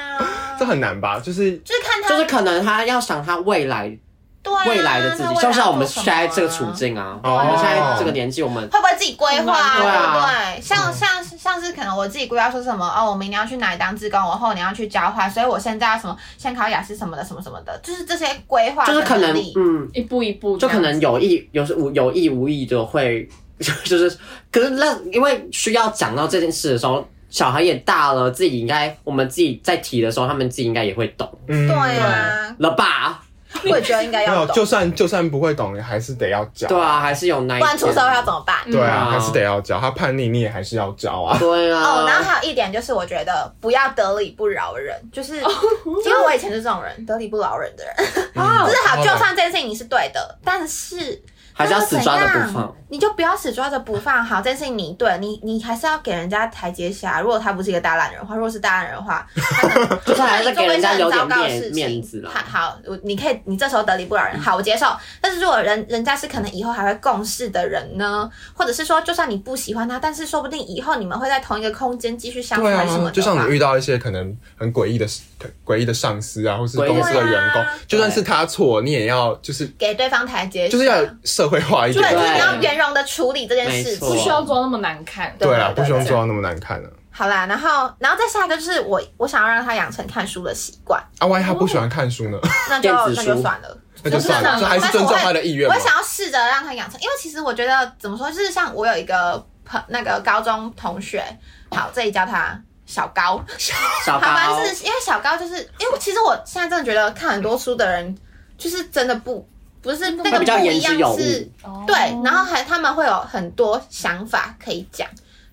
Speaker 2: 这很难吧？就是
Speaker 3: 就是看他
Speaker 1: 就是可能他要想他未来
Speaker 3: 对啊、
Speaker 1: 未来的自
Speaker 3: 他
Speaker 1: 己，
Speaker 3: 未
Speaker 1: 就像
Speaker 3: 要
Speaker 1: 我们
Speaker 3: 做
Speaker 1: 现
Speaker 3: 什么啊
Speaker 1: 在这个处。境啊，
Speaker 2: 哦
Speaker 1: 我们现在这个年纪，我们
Speaker 3: 会不会自己规划、
Speaker 1: 嗯对啊
Speaker 3: 对不对？像像像是可能我自己规划说什么哦，我明年要去哪里当志工，我后年要去交换，所以我现在要什么先考雅思什么的，什么什么的，就是这些规划
Speaker 1: 就是可能
Speaker 3: 能力
Speaker 1: 嗯，
Speaker 4: 一步一步这
Speaker 1: 就
Speaker 4: 样
Speaker 1: 可
Speaker 4: 子，
Speaker 1: 能有意有时无有意无意的会就是， 可是那因为需要讲到这件事的时候。小孩也大了，自己应该，我们自己在提的时候，他们自己应该也会懂
Speaker 2: 嗯，
Speaker 3: 对啊，
Speaker 1: 了吧？
Speaker 3: 我也觉得应该
Speaker 2: 没
Speaker 3: 要
Speaker 2: 有，
Speaker 3: 懂
Speaker 2: 就，算就算不会懂，还是得要教。
Speaker 1: 对啊，还是有那一
Speaker 3: 不然出
Speaker 1: 天
Speaker 3: 社会要怎么办？
Speaker 2: 对啊，
Speaker 1: 嗯
Speaker 2: 还是得要教。他叛逆，你也还是要教啊。
Speaker 1: 对啊。
Speaker 3: 哦，然后还有一点就是，我觉得不要得理不饶人，就是因为我以前是这种哦 人，得理不饶人 的人，
Speaker 1: 嗯
Speaker 2: 啊
Speaker 3: 就是好，就算这件事情你是对的，但是
Speaker 1: 还是要死抓
Speaker 3: 那
Speaker 1: 着
Speaker 3: 又
Speaker 1: 不
Speaker 3: 怎
Speaker 1: 放
Speaker 3: 样，你就不要死抓着不放。好，这件事情你对你，你还是要给人家台阶下。如果他不是一个大懒人的话，如果是大懒人的 话，他可能
Speaker 1: 就是还是给人家留点
Speaker 3: 做过一些
Speaker 1: 面
Speaker 3: 很糟糕的事情
Speaker 1: 面子啦
Speaker 3: 好好，我你可以，你这时候得理不饶人，好，我接受。但是如果人人家是可能以后还会共事的人呢，或者是说，就算你不喜欢他，但是说不定以后你们会在同一个空间继续相处
Speaker 2: 对
Speaker 3: 还是什
Speaker 2: 啊
Speaker 3: 么的话，
Speaker 2: 就像你遇到一些可能很诡异的事诡异的上司啊，或是公司的员工
Speaker 3: 对啊，
Speaker 2: 就算是他错，你也要就是
Speaker 3: 给对方台阶下，
Speaker 2: 就是要社会化一
Speaker 3: 啊对，
Speaker 2: 点。
Speaker 3: 就是你要
Speaker 1: 对
Speaker 3: 圆融的处理这件事
Speaker 1: 没
Speaker 4: 不
Speaker 1: 错
Speaker 3: 情
Speaker 4: 需。要做那么难看。
Speaker 3: 对
Speaker 2: 对啊，
Speaker 3: 对
Speaker 2: 不需要
Speaker 3: 对
Speaker 2: 做到那么难看啊。
Speaker 3: 好啦，然后然后再下一个就是我我想要让他养成看书的习惯，
Speaker 2: 啊，万一他不喜欢看书呢？
Speaker 3: 那就
Speaker 1: 电子
Speaker 3: 那就
Speaker 1: 书
Speaker 3: 算了。
Speaker 2: 那就算了，
Speaker 4: 就是
Speaker 2: 就还是尊重他的意愿
Speaker 3: 我
Speaker 2: 嘛
Speaker 3: 也。想要试着让他养成，因为其实我觉得怎么说，就是像我有一个朋那个高中同学，好，这里叫他小高，
Speaker 1: 小
Speaker 3: 好吧，
Speaker 1: 高
Speaker 3: 反正是因为小高就是因为其实我现在真的觉得看很多书的人，就是真的不不是那个
Speaker 1: 比较
Speaker 3: 不一
Speaker 1: 言之有
Speaker 3: 样
Speaker 1: 物
Speaker 3: 是。
Speaker 4: 哦
Speaker 3: 对，然后还他们会有很多想法可以讲，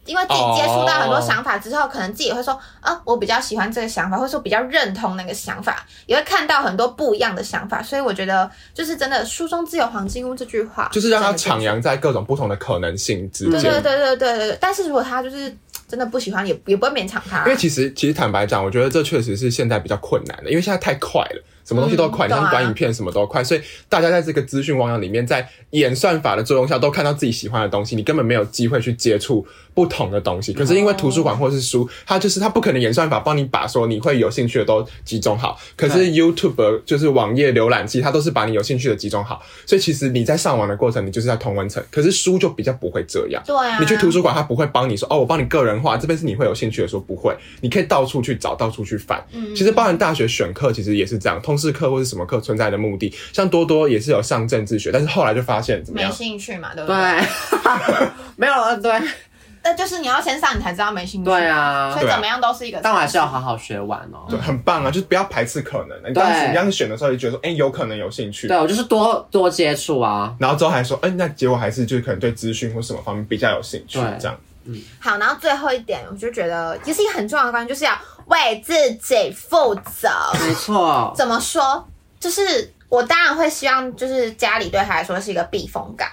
Speaker 3: 因为自己接触到很多想法之后，可能自己会说，啊，我比较喜欢这个想法，或者说比较认同那个想法，也会看到很多不一样的想法，所以我觉得就是真的“书中自有黄金屋”这句话，
Speaker 2: 就是让他
Speaker 3: 真的
Speaker 2: 徜徉在各种不同的可能性之
Speaker 3: 对
Speaker 2: 间
Speaker 3: 对。对对对对对。但是如果他就是真的不喜欢也也不会勉强他、
Speaker 2: 因为其实其实坦白讲，我觉得这确实是现在比较困难的，因为现在太快了，什么东西都快，
Speaker 3: 嗯
Speaker 2: 你像
Speaker 3: 对啊
Speaker 2: 短影片什么都快，所以大家在这个资讯汪洋里面，在演算法的作用下，都看到自己喜欢的东西，你根本没有机会去接触不同的东西。
Speaker 3: 嗯
Speaker 2: 可是因为图书馆或是书，它就是它不可能演算法帮你把说你会有兴趣的都集中好，可是
Speaker 1: 对
Speaker 2: YouTube 就是网页浏览器，它都是把你有兴趣的集中好，所以其实你在上网的过程，你就是在同文层，可是书就比较不会这样。
Speaker 3: 对啊，
Speaker 2: 你去图书馆，他不会帮你说哦，我帮你个人化，这边是你会有兴趣的，说不会，你可以到处去找，到处去翻。
Speaker 1: 嗯
Speaker 2: 其实包含大学选课，其实也是这样，通识课或是什么课存在的目的，像多多也是有上政治学，但是后来就发现怎么
Speaker 3: 没
Speaker 2: 样？
Speaker 3: 兴趣嘛，对不
Speaker 1: 对，没有了，对
Speaker 3: 但就是你要先上，你才知道没兴趣。
Speaker 1: 对，啊
Speaker 3: 所以，怎么样都是一个。
Speaker 1: 但我还是要好好学完哦。
Speaker 2: 对，很棒啊，就是不要排斥可能。你当时
Speaker 1: 对
Speaker 2: 你当时选的时候，就觉得说，哎、有可能有兴趣
Speaker 1: 对，。我就是多多接触啊。
Speaker 2: 然后之后还说，哎、那结果还是就是可能对资讯或什么方面比较有兴趣
Speaker 1: 对，
Speaker 2: 这样。
Speaker 3: 好，然后最后一点，我就觉得也是一个很重要的观念，就是要为自己负责。
Speaker 1: 没错，
Speaker 3: 怎么说？就是我当然会希望，就是家里对他来说是一个避风港。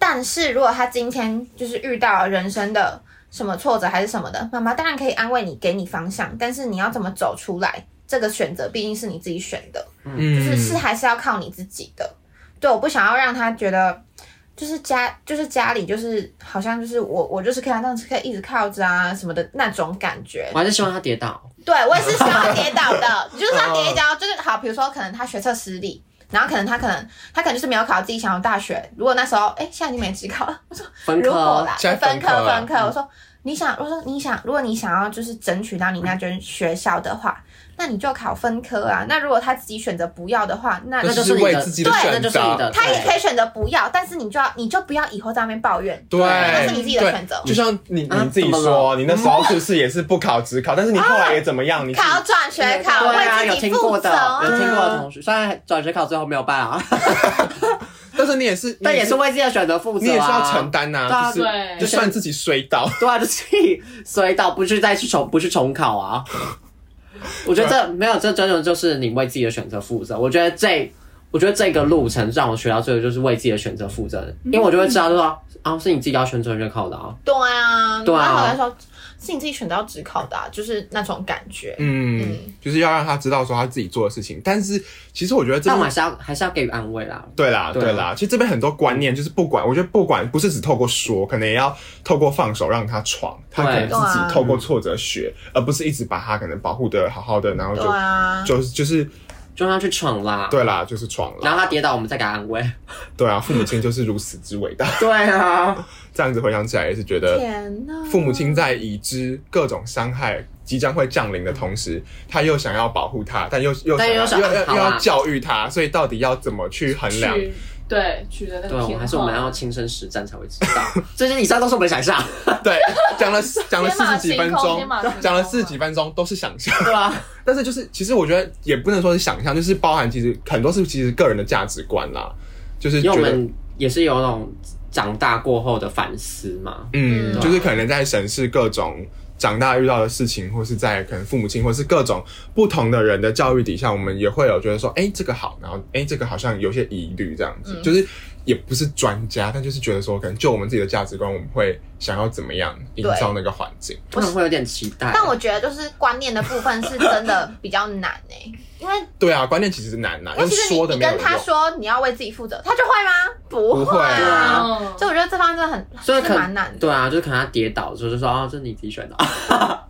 Speaker 3: 但是如果他今天就是遇到人生的什么挫折还是什么的，妈妈当然可以安慰你，给你方向。但是你要怎么走出来，这个选择毕竟是你自己选的。就是是还是要靠你自己的。对，我不想要让他觉得，就是家就是家里就是好像就是我我就是可以让可以一直靠着啊什么的那种感觉
Speaker 1: 我。还是希望他跌倒。
Speaker 3: 对我也是希望他跌倒 的，你就是他跌一跤，就是好，比如说可能他学测失利。然后可能他可能他可能就是没有考自己想要的大学。如果那时候哎，现在已经没职考了，
Speaker 1: 分
Speaker 3: 如果
Speaker 1: 科
Speaker 3: 啦，嗯
Speaker 2: 现在
Speaker 3: 分
Speaker 2: 分
Speaker 3: 科
Speaker 2: 科啊
Speaker 3: 分科，我说你想，我说你想，如果你想要就是争取到你那间学校的话，那你就考分科啊。那如果他自己选择不要的话，那
Speaker 1: 那
Speaker 2: 就
Speaker 1: 就是是
Speaker 2: 为
Speaker 1: 你的
Speaker 2: 自己的
Speaker 1: 对
Speaker 2: 选
Speaker 1: 那就是
Speaker 2: 择
Speaker 1: 你的
Speaker 3: 他也
Speaker 1: 呃对
Speaker 3: 可以选择不要，但是你就要你就不要以后在那边抱怨，
Speaker 2: 对，
Speaker 3: 那是你自己的选择。
Speaker 2: 就像你
Speaker 1: 啊
Speaker 2: 你自己
Speaker 1: 怎么
Speaker 2: 说，
Speaker 1: 了
Speaker 2: 你那时候是不是也是不考只考，但是你后来也怎么样？你
Speaker 1: 啊
Speaker 3: 考转学考，
Speaker 1: 对啊，
Speaker 3: 为
Speaker 1: 有
Speaker 3: 自己
Speaker 1: 听
Speaker 3: 负
Speaker 1: 过
Speaker 3: 责
Speaker 1: 的，
Speaker 3: 啊。
Speaker 1: 有听过的同学，虽然转学考最后没有 办啊，
Speaker 2: 但是你也是，
Speaker 1: 但也是为自己的选择负责、啊，
Speaker 2: 你也是要承。担呐、
Speaker 1: 对啊
Speaker 2: 就是
Speaker 4: 对
Speaker 2: 就算自己摔倒，
Speaker 1: 对啊，就自己摔倒，不去再去重，不去重 考啊。我觉得
Speaker 2: 啊
Speaker 1: 这没有，这真的就是你为自己的选择负责。我觉得这，我觉得这个路程让我学到最后就是为自己的选择负责，因为我就会知道就说啊，是你自己要选转学考的啊。
Speaker 3: 对啊，
Speaker 1: 对啊
Speaker 3: 那好像说是你自己选择要只考的啊，就是那种感觉。
Speaker 2: 嗯，就是要让他知道说他自己做的事情。但是其实我觉得这
Speaker 1: 但
Speaker 2: 部
Speaker 1: 我们还是要还是要给予安慰啦。
Speaker 2: 对啦，
Speaker 1: 对啊
Speaker 2: 对啦，其实这边很多观念就是不管，我觉得不管不是只透过说，可能也要透过放手让他闯，他可能
Speaker 3: 对
Speaker 2: 自
Speaker 3: 对啊
Speaker 2: 己透过挫折学，
Speaker 1: 啊
Speaker 2: 而不是一直把他可能保护的好好的，然后
Speaker 3: 对
Speaker 2: 就、
Speaker 3: 啊，
Speaker 2: 就是就是
Speaker 1: 就让他去闯啦。。
Speaker 2: 对啦，就是闯
Speaker 1: 然后
Speaker 2: 啦，
Speaker 1: 他跌倒，我们再给他安慰。
Speaker 2: 对啊，父母亲就是如此之伟大，
Speaker 1: 对啊，
Speaker 2: 这样子回想起来也是觉得
Speaker 3: 天哪，
Speaker 2: 父母亲在已知各种伤害即将会降临的同时，
Speaker 4: 嗯
Speaker 2: 他又想要保护他，但又又想
Speaker 1: 但
Speaker 2: 要
Speaker 1: 又想
Speaker 2: 又要
Speaker 1: 好
Speaker 2: 又
Speaker 1: 啊啦
Speaker 2: 要教育他，所以到底要怎么去衡量？
Speaker 4: 去对取得那
Speaker 1: 对，啊
Speaker 4: 个
Speaker 1: 我
Speaker 4: 偏
Speaker 1: 们
Speaker 4: 好
Speaker 1: 还是我们要亲身实战才会知道。 这些以上都是我们的想啊象，
Speaker 2: 对，讲了讲了
Speaker 4: 天
Speaker 2: 四
Speaker 4: 马
Speaker 2: 十几
Speaker 4: 行
Speaker 2: 分
Speaker 4: 空
Speaker 2: 钟
Speaker 4: 天马行，空啊
Speaker 2: 讲了四十几分钟都是想象，
Speaker 1: 对啊吧、
Speaker 2: 但是就是其实我觉得也不能说是想象，就是包含其实很多是其实个人的价值观啦， 就是
Speaker 1: 因为
Speaker 2: 觉
Speaker 1: 我
Speaker 2: 得。
Speaker 1: 们也是有那种长大过后的反思嘛。
Speaker 2: 嗯，
Speaker 3: 嗯
Speaker 2: 就是可能在审视各种长大遇到的事情，或是在可能父母亲或是各种不同的人的教育底下，我们也会有觉得说，哎、这个好，然后哎、这个好像有些疑虑这样子，就是也不是专家，但就是觉得说，可能就我们自己的价值观，我们会想要怎么样营造那个环境。
Speaker 1: 可能会有点期待。啊
Speaker 3: 但我觉得就是观念的部分是真的比较难哎、因为
Speaker 2: 对啊，观念其实难呐，
Speaker 3: 因为
Speaker 2: 用
Speaker 3: 其实你
Speaker 2: 说的
Speaker 3: 你
Speaker 2: 没有
Speaker 3: 跟
Speaker 2: 用。
Speaker 3: 他说你要为自己负责，他就会吗？不
Speaker 2: 不会
Speaker 3: 啊。
Speaker 1: 啊
Speaker 4: 嗯
Speaker 3: 所以我觉得这方面真的很，
Speaker 1: 所以
Speaker 3: 是
Speaker 1: 可
Speaker 3: 蛮难的。
Speaker 1: 对啊，就是可能他跌倒的时候就说哦，这是你自 己选的，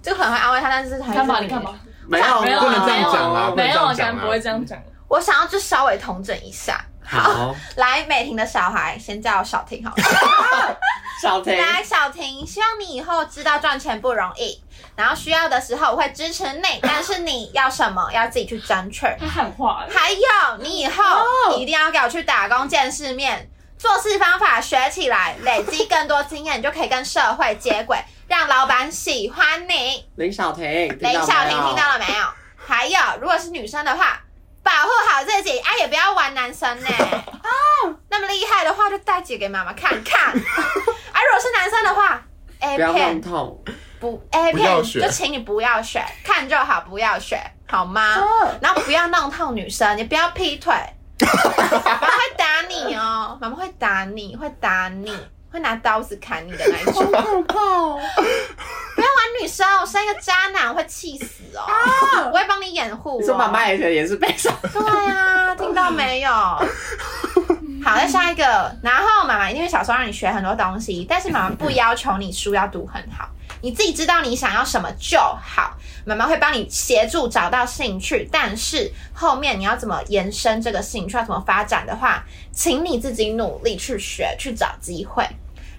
Speaker 3: 就可能会安慰他，但是还是
Speaker 4: 干嘛？你干嘛？
Speaker 1: 没有
Speaker 4: 没有
Speaker 2: 不能这样讲啊
Speaker 4: 啊，没有
Speaker 2: 不能
Speaker 4: 啊，
Speaker 2: 这样
Speaker 4: 当
Speaker 2: 讲啊
Speaker 4: 然不会这样讲啊。
Speaker 3: 我想要就稍微统整一下。哦
Speaker 1: 好，
Speaker 3: 来，美婷的小孩先叫小婷好了。
Speaker 1: 小婷
Speaker 3: 来，小婷，希望你以后知道赚钱不容易，然后需要的时候我会支持你，但是你要什么要自己去争取。
Speaker 4: 他喊话了，
Speaker 3: 还有，你以后一定要给我去打工见世面，做事方法学起来，累积更多经验，你就可以跟社会接轨，让老板喜欢你。
Speaker 1: 林小婷，
Speaker 3: 林
Speaker 1: 林
Speaker 3: 小婷听到了没有？还有，如果是女生的话，保护好自己，啊，也不要玩男生呢、哦，那么厉害的话，就带几个给妈妈看看。啊，如果是男生的话，A
Speaker 1: 不要乱
Speaker 3: 片
Speaker 1: 痛，
Speaker 3: 不 A
Speaker 2: 不要
Speaker 3: 片
Speaker 2: 学
Speaker 3: 就请你不要选，看就好，不要选，好吗？然后不要弄痛女生，你不要劈腿，妈妈会打你哦，妈妈会打你，会打你。会拿刀子砍你的那一种。好恐怖！ 不要玩女生，我生一个渣男我会气死哦。 我会帮你掩护、哦。
Speaker 1: 你说妈妈也也是 被上，
Speaker 3: 对啊，听到没有？好，再下一个。然后妈妈因为小时候让你学很多东西，但是妈妈不要求你书要读很好，你自己知道你想要什么就好。妈妈会帮你协助找到兴趣，但是后面你要怎么延伸这个兴趣，要怎么发展的话，请你自己努力去学，去找机会。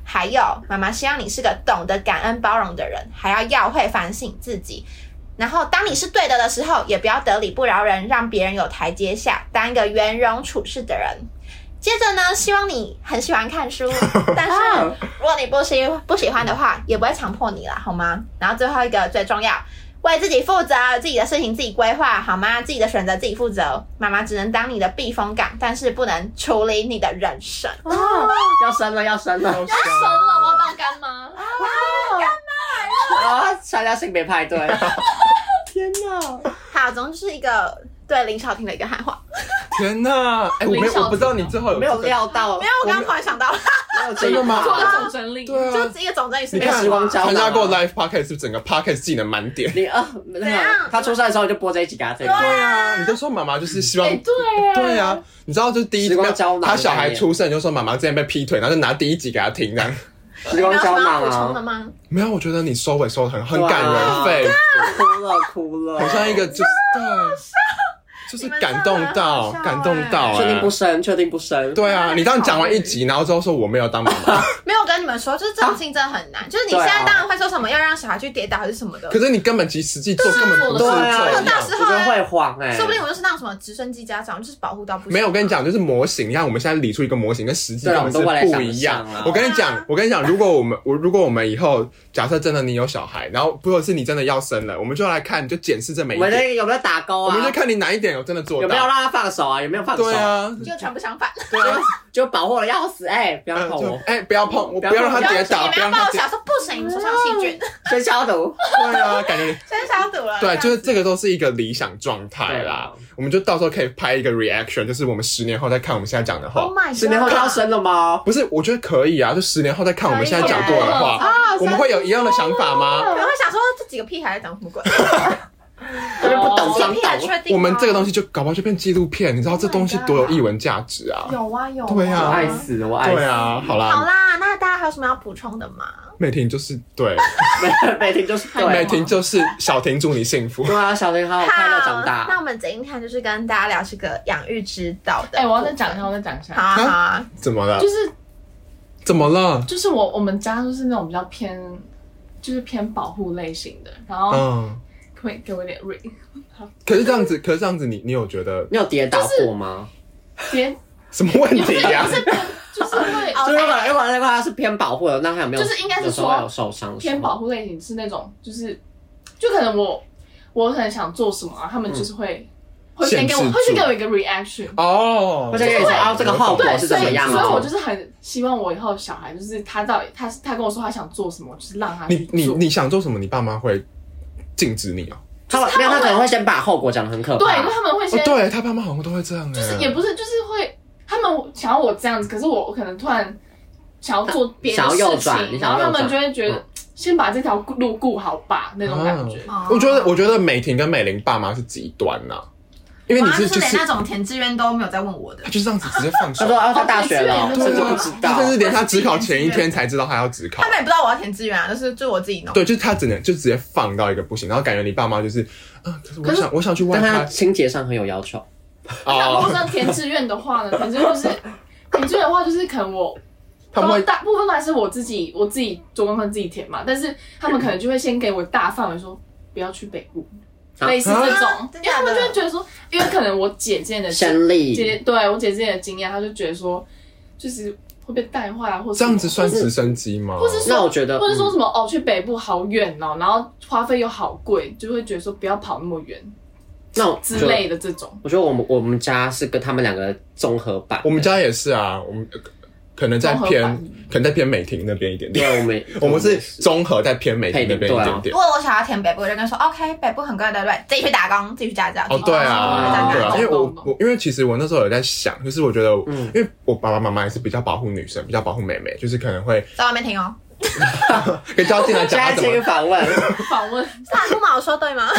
Speaker 3: 还有，妈妈希望你是个懂得感恩包容的人，还要要会反省自己。然后，当你是对的的时候，也不要得理不饶人，让别人有台阶下，当一个圆融处事的人。接着呢，希望你很喜欢看书，但是如果你不喜不喜欢的话，也不会强迫你啦，好吗？然后最后一个最重要，为自己负责，自己的事情自己规划，好吗？自己的选择自己负责。妈妈只能当你的避风港，但是不能处理你的人生。
Speaker 1: 要生了要生 了，
Speaker 4: 生了，我要当干妈。
Speaker 2: 啊
Speaker 1: 然后啊参加性别派对， 天哪！
Speaker 3: 好，总之是一个对林小婷的一个喊话。
Speaker 2: 天哪！哎、我没
Speaker 4: 林小
Speaker 2: 有，我不知道你
Speaker 4: 姐
Speaker 2: 最后有
Speaker 1: 没有
Speaker 2: 这个
Speaker 1: 料到，
Speaker 3: 没有，我刚刚突然想到了，
Speaker 1: 没有
Speaker 2: 真的吗
Speaker 4: 做
Speaker 1: 这一
Speaker 4: 了
Speaker 1: 趴
Speaker 4: 总整理，
Speaker 2: 对
Speaker 3: 就
Speaker 2: 啊
Speaker 3: 是，一个总在你是
Speaker 2: 你
Speaker 3: 没有
Speaker 1: 没
Speaker 2: 看
Speaker 1: 时光胶囊
Speaker 2: 参加过
Speaker 1: 啊
Speaker 2: live podcast 是不是整个 podcast 技能满点。
Speaker 1: 你啊，那
Speaker 3: 样
Speaker 1: 个他出生的时候就播这一集给他听，
Speaker 2: 对啊，你就说妈妈就是希望
Speaker 4: 哎，对啊，
Speaker 2: 对啊，你知道就是第一
Speaker 1: 时光胶囊的
Speaker 2: 他小
Speaker 1: 概
Speaker 2: 孩
Speaker 1: 念
Speaker 2: 出生就说妈妈之前被劈腿，然后就拿第一集给他听这样。
Speaker 1: 时光胶
Speaker 3: 什么要
Speaker 1: 囊
Speaker 3: 补充的
Speaker 1: 啊，
Speaker 3: 吗？
Speaker 2: 没有，我觉得你收尾收的很很
Speaker 1: 哇
Speaker 2: 感人肺腑，
Speaker 1: 哭了哭了，
Speaker 2: 很像一个就是对，就是感动到
Speaker 3: 你们真的很好笑
Speaker 2: 感动到
Speaker 1: 确定
Speaker 2: 哎
Speaker 1: 不。生，确定不生，
Speaker 2: 对啊，你这样讲完一集，然后之后说我没有当妈妈，
Speaker 3: 没有我跟你们说，就是这
Speaker 2: 啊
Speaker 3: 种事情真的很难。就是你现在当然会说什么要让小孩去跌倒还是什么的，
Speaker 2: 可是你根本其实实际做根本不是
Speaker 1: 对
Speaker 2: 这
Speaker 1: 啊，
Speaker 2: 样
Speaker 3: 我。到时候
Speaker 1: 我觉得会慌哎，
Speaker 3: 说不定我就是那种什么直升机家长，就是保护到不行。
Speaker 2: 没有，我跟你讲，就是模型，你看我们现在理出一个模型，跟实际
Speaker 1: 对
Speaker 2: 根
Speaker 1: 啊
Speaker 2: 本是不一
Speaker 1: 我
Speaker 2: 样
Speaker 1: 们都未来想不上啊。
Speaker 2: 我跟你讲，我跟你讲，如果我们我如果我们以后假设真的你有小孩，然后或者是你真的要生了，我们就来看，就检视这每
Speaker 1: 我
Speaker 2: 一
Speaker 1: 们
Speaker 2: 点，
Speaker 1: 这有没有打勾
Speaker 2: 我
Speaker 1: 啊
Speaker 2: 们？就看你哪一点有真的做
Speaker 1: 有没有
Speaker 2: 到。
Speaker 1: 让他放手啊？有没有放手？
Speaker 2: 对，啊，
Speaker 3: 就全部相反。
Speaker 2: 对啊，
Speaker 1: 就保护的要死，哎，不要
Speaker 2: 嗯
Speaker 1: 碰
Speaker 2: 就
Speaker 1: 我，
Speaker 2: 哎，不要碰，我
Speaker 1: 不
Speaker 2: 不
Speaker 1: 要
Speaker 2: 要让
Speaker 1: 碰
Speaker 2: 他
Speaker 1: 我
Speaker 2: 跌倒，
Speaker 3: 你
Speaker 2: 不要
Speaker 3: 们要
Speaker 2: 让他
Speaker 3: 抱
Speaker 2: 跌
Speaker 3: 小。时候不行，手上细菌，
Speaker 1: 先消毒。
Speaker 2: 对啊，感 觉
Speaker 3: 真消毒了。
Speaker 2: 对，啊就是这个都是一个理想状态
Speaker 1: 啊
Speaker 2: 啦。我们就到时候可以拍一个 reaction，就是我们十年后再看我们现在讲的话
Speaker 3: Oh。my god！
Speaker 1: 十年后就要生了吗？
Speaker 2: 不是，我觉得可以啊，就十年后再看我们现在讲过的话，
Speaker 3: 啊，
Speaker 2: 我们会有一样的想法吗？
Speaker 3: 可能会想说这几个屁孩在讲什 么鬼？
Speaker 4: 哦
Speaker 1: 因为不懂
Speaker 3: 几个
Speaker 1: 装
Speaker 3: 屁孩确
Speaker 1: 懂。
Speaker 3: 定吗？
Speaker 2: 我们这个东西就搞不好就变纪录片，你知道这东西
Speaker 3: god
Speaker 2: 多有艺文价值啊！
Speaker 3: 有啊有。
Speaker 2: 对
Speaker 1: 我
Speaker 2: 啊
Speaker 1: 爱死，我爱死。
Speaker 2: 对啊，好
Speaker 3: 好
Speaker 2: 啦，
Speaker 3: 啦，那大家还有什么要补充的吗？
Speaker 2: 美婷就是对，
Speaker 1: 每每天就是对。
Speaker 2: 美婷就是小婷，祝你 幸福。
Speaker 1: 对啊，小林好
Speaker 2: 哦
Speaker 1: 好快乐长
Speaker 3: 那
Speaker 1: 大。
Speaker 3: 我们今天就是跟大家聊这个养育之道的。
Speaker 4: 哎，我要再讲一下，我再讲一
Speaker 3: 好
Speaker 4: 下，
Speaker 3: 啊好啊，
Speaker 2: 怎么了
Speaker 4: 就？是
Speaker 2: 怎么了？
Speaker 4: 就是我我们家就是那种比较偏，就是偏保护类型的，然后
Speaker 2: 嗯，
Speaker 4: 可以给我一点 ring
Speaker 2: 可是这样子，可是这样子你，你有觉得
Speaker 1: 你有跌倒过吗？
Speaker 4: 别
Speaker 2: 什么问题呀、
Speaker 4: 就是 会
Speaker 1: 就是如果如果那个他是偏保护的，那他有没有？
Speaker 4: 就是应该是
Speaker 1: 有时候
Speaker 4: 说
Speaker 1: 有受伤的时候
Speaker 4: 偏保护类型是那种，就是就可能我我很想做什么啊，他们就是会、会先给我
Speaker 2: 嗯限制住
Speaker 4: 会先给我一个 reaction，
Speaker 2: 哦，
Speaker 1: 而且跟你说啊，这个后
Speaker 4: 对，
Speaker 1: 果是
Speaker 4: 所
Speaker 1: 怎么
Speaker 4: 以
Speaker 1: 样
Speaker 4: 所以我就
Speaker 1: 啊？
Speaker 4: 是很希望我以后小孩就是他到底他他跟我说他想做什么，我就是让他去
Speaker 2: 你你
Speaker 4: 做。
Speaker 2: 你想做什么，你爸妈会禁止你哦。
Speaker 1: 他没有，他可能会先把后果讲的很可
Speaker 4: 对，
Speaker 1: 怕
Speaker 4: 因为。他们会
Speaker 2: 哦
Speaker 4: 先、，
Speaker 2: 对他爸妈好像都会这样哎、
Speaker 1: 嗯
Speaker 4: 就是也不是就是会他们想要我这样子，可是我可能突然想要做别的
Speaker 1: 想要右
Speaker 4: 事
Speaker 1: 转你
Speaker 4: 情，
Speaker 1: 想
Speaker 4: 然
Speaker 1: 要
Speaker 4: 后他
Speaker 1: 右转
Speaker 4: 们就会觉得、
Speaker 1: 嗯
Speaker 4: 先把这条路顾好吧那种感觉。
Speaker 3: 哦
Speaker 2: 我觉得我觉得美婷跟美玲爸妈是极端呐、因为你
Speaker 3: 妈
Speaker 2: 是
Speaker 3: 就是
Speaker 2: 就
Speaker 3: 连
Speaker 2: 是
Speaker 3: 那种填志愿都没有在问我的
Speaker 2: 他。就是这样子直接放手
Speaker 1: 他。说啊，他大学了，
Speaker 4: 对啊
Speaker 1: 甚
Speaker 2: 对
Speaker 1: 至不
Speaker 2: 啊
Speaker 1: 知道
Speaker 2: 他。甚至连他只考前一天才知道他要只考
Speaker 3: 他，们也不知道我要填志愿啊，就是就我自己弄。
Speaker 2: 对，就是他只能就直接放到一个不行，然后感觉你爸妈就是，啊，可是我
Speaker 4: 可是
Speaker 2: 想我想去外
Speaker 1: 但他
Speaker 2: 拍
Speaker 1: 清洁上很有要求，
Speaker 4: 那如果
Speaker 2: 哦，
Speaker 4: 像填志愿的话呢？填志愿 就是填志愿的话，就是可能我
Speaker 2: 他们会
Speaker 4: 大部分都还是我自己我自己做功课自己填嘛，但是他们可能就会先给我大范围说不要去北部，
Speaker 1: 啊
Speaker 4: 类似这种
Speaker 3: 啊，真的假的
Speaker 4: 因为他们就会觉得说，因为可能我姐之前的姐姐
Speaker 1: 生力
Speaker 4: 对我姐之前的经验，她就觉得说就是会被带坏啊，或
Speaker 2: 这样子算
Speaker 4: 是
Speaker 2: 直升机吗？
Speaker 4: 或是说
Speaker 1: 那我觉得嗯
Speaker 4: 或者说什么、哦去北部好远哦，然后花费又好贵，就会觉得说不要跑那么远
Speaker 1: 那我
Speaker 4: 之类的这种。
Speaker 1: 我觉得我们我们家是跟他们两个综合版。
Speaker 2: 我们家也是啊，我们可可能在
Speaker 4: 综合
Speaker 2: 偏
Speaker 4: 版，
Speaker 2: 可能在偏美庭那边一点点。
Speaker 1: 对，我们
Speaker 2: 我们是综合在偏美庭那边一点
Speaker 1: 配
Speaker 2: 点
Speaker 3: 如。果我想要填北部，我就跟他说 OK，北部很贵，对不对？自己去打工，自己去家教。
Speaker 2: 哦，对啊，对啊，因为我我因为其实我那时候有在想，就是我觉得，
Speaker 1: 嗯
Speaker 2: 因为我爸爸妈妈也是比较保护女生，比较保护妹妹，就是可能会
Speaker 3: 在外面听 哦。
Speaker 2: 跟交进来讲她
Speaker 1: 现在
Speaker 2: 怎
Speaker 1: 这个
Speaker 2: 么，
Speaker 1: 访问，
Speaker 4: 访问
Speaker 3: 是阿姑妈我说对吗？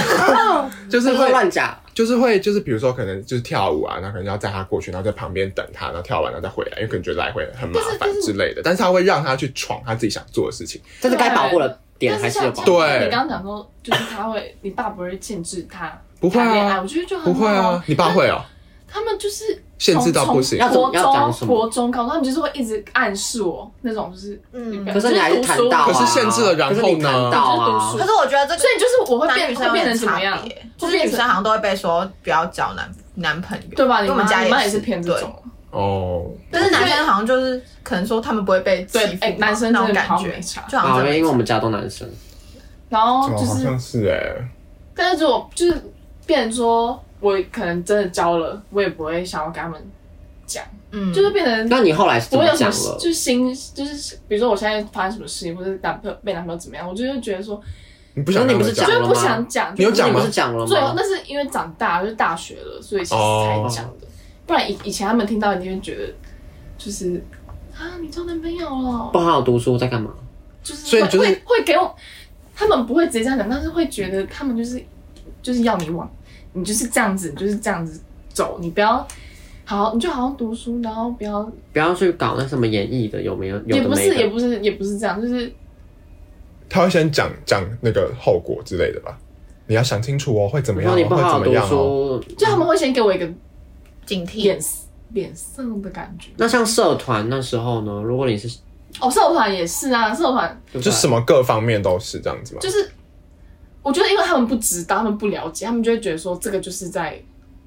Speaker 2: 就是
Speaker 1: 这
Speaker 2: 会
Speaker 1: 个乱讲，
Speaker 2: 就是会就是比如说可能就是跳舞啊，然后可能要载她过去，然后在旁边等她，然后跳完然后再回来，因为可能觉得来回很麻烦之类
Speaker 1: 嗯
Speaker 2: 的。但是他会让她去闯她自己想做的事情。
Speaker 1: 这是该保护的点
Speaker 4: 但
Speaker 1: 还
Speaker 4: 是
Speaker 1: 是
Speaker 4: 像
Speaker 1: 有保护。
Speaker 2: 对啊
Speaker 4: 你刚刚讲说，就是他会，你爸不会限制他
Speaker 2: 不会啊
Speaker 4: 谈恋爱，我觉得就很
Speaker 2: 不会
Speaker 4: 好
Speaker 2: 啊，。你爸会哦、
Speaker 4: 他们就是
Speaker 2: 限制到不行
Speaker 4: 从从
Speaker 1: 要怎么要讲
Speaker 4: 国
Speaker 1: 什
Speaker 4: 中、
Speaker 1: 么
Speaker 4: 国中、高中，他们就是会一直暗示我那种，就是
Speaker 3: 嗯
Speaker 1: 可是你还是谈到啊，
Speaker 2: 可是限制了然后呢
Speaker 1: 可是你谈到啊
Speaker 4: 就是读
Speaker 3: 可
Speaker 4: 书
Speaker 3: 是我觉得这个
Speaker 4: 所以就是我会
Speaker 3: 男
Speaker 4: 变
Speaker 3: 女生
Speaker 4: 会变成怎么
Speaker 3: 有
Speaker 4: 样
Speaker 3: 点差别？就
Speaker 4: 会
Speaker 3: 是
Speaker 4: 变
Speaker 3: 女
Speaker 4: 成
Speaker 3: 生好像都会被说不要交男男朋友，
Speaker 4: 对吧？你
Speaker 3: 因为我们
Speaker 4: 妈
Speaker 3: 家
Speaker 4: 你妈也
Speaker 3: 是
Speaker 4: 是偏这种，
Speaker 2: 哦，
Speaker 3: 但是男生好像就是可能说他们不会被欺负
Speaker 4: 对，哎，男生
Speaker 3: 那
Speaker 4: 真
Speaker 3: 种
Speaker 4: 的
Speaker 3: 感
Speaker 4: 好像
Speaker 3: 觉
Speaker 4: 没，差。
Speaker 3: 就好
Speaker 1: 啊，
Speaker 3: 像真
Speaker 1: 因为
Speaker 3: 的
Speaker 1: 我们家都男生，
Speaker 4: 然后
Speaker 2: 哦
Speaker 4: 就
Speaker 2: 好
Speaker 4: 是，
Speaker 2: 像是哎、
Speaker 1: 欸
Speaker 4: 但是如果就是变成说我可能真的交了，我也不会想要跟他们讲，
Speaker 3: 嗯，
Speaker 4: 就是变成
Speaker 1: 那你后来是怎
Speaker 4: 我
Speaker 1: 么
Speaker 4: 有什
Speaker 1: 讲
Speaker 4: 么
Speaker 1: 了？
Speaker 4: 就是心就是比如说我现在发生什么事情，或者是男朋友被男朋友怎么样，我就会觉得说
Speaker 2: 你不想
Speaker 1: 可是
Speaker 2: 跟
Speaker 1: 你不
Speaker 2: 他
Speaker 1: 是
Speaker 2: 们讲
Speaker 4: 就
Speaker 1: 讲
Speaker 4: 是
Speaker 1: 了吗
Speaker 4: 不想讲。
Speaker 2: 你有讲
Speaker 1: 你
Speaker 2: 吗
Speaker 1: 不是讲了
Speaker 4: 最后
Speaker 1: 吗
Speaker 4: 那？是因为长大就是大学了，所以其实才讲的。不然以以前他们听到一定会觉得就是啊，你交男朋友了
Speaker 1: 不，好好读书在干嘛？
Speaker 4: 就是
Speaker 2: 所以
Speaker 4: 会
Speaker 2: 就是
Speaker 4: 会会给我，他们不会直接这样讲，但是会觉得他们就是就是要你往，你就是这样子，你就是这样子走，你不要。好，你就好好读书，然后不要，
Speaker 1: 不要去搞那什么演艺的，有没有？有
Speaker 4: 也
Speaker 1: 的
Speaker 4: 不
Speaker 1: 没
Speaker 4: 是，也
Speaker 1: 的。
Speaker 4: 不是，也不是这样，就是
Speaker 2: 他会先讲讲那个后果之类的吧？你要想清楚哦，会怎么
Speaker 1: 然
Speaker 2: 样、哦，
Speaker 1: 后你
Speaker 2: 会
Speaker 1: 不好
Speaker 2: 怎
Speaker 1: 好
Speaker 2: 么
Speaker 1: 读
Speaker 2: 样哦。
Speaker 1: 书，
Speaker 4: 就他们会先给我一个
Speaker 3: 警惕
Speaker 4: 脸。色脸色的感觉。
Speaker 1: 那像社团那时候呢？如果你是
Speaker 4: 哦，社团也是啊，社团
Speaker 2: 就什
Speaker 1: 么
Speaker 2: 么各方面都是这样子嘛。
Speaker 4: 就是我觉得，因为他们不知道，他们不了解，他们就会觉得说这个就是在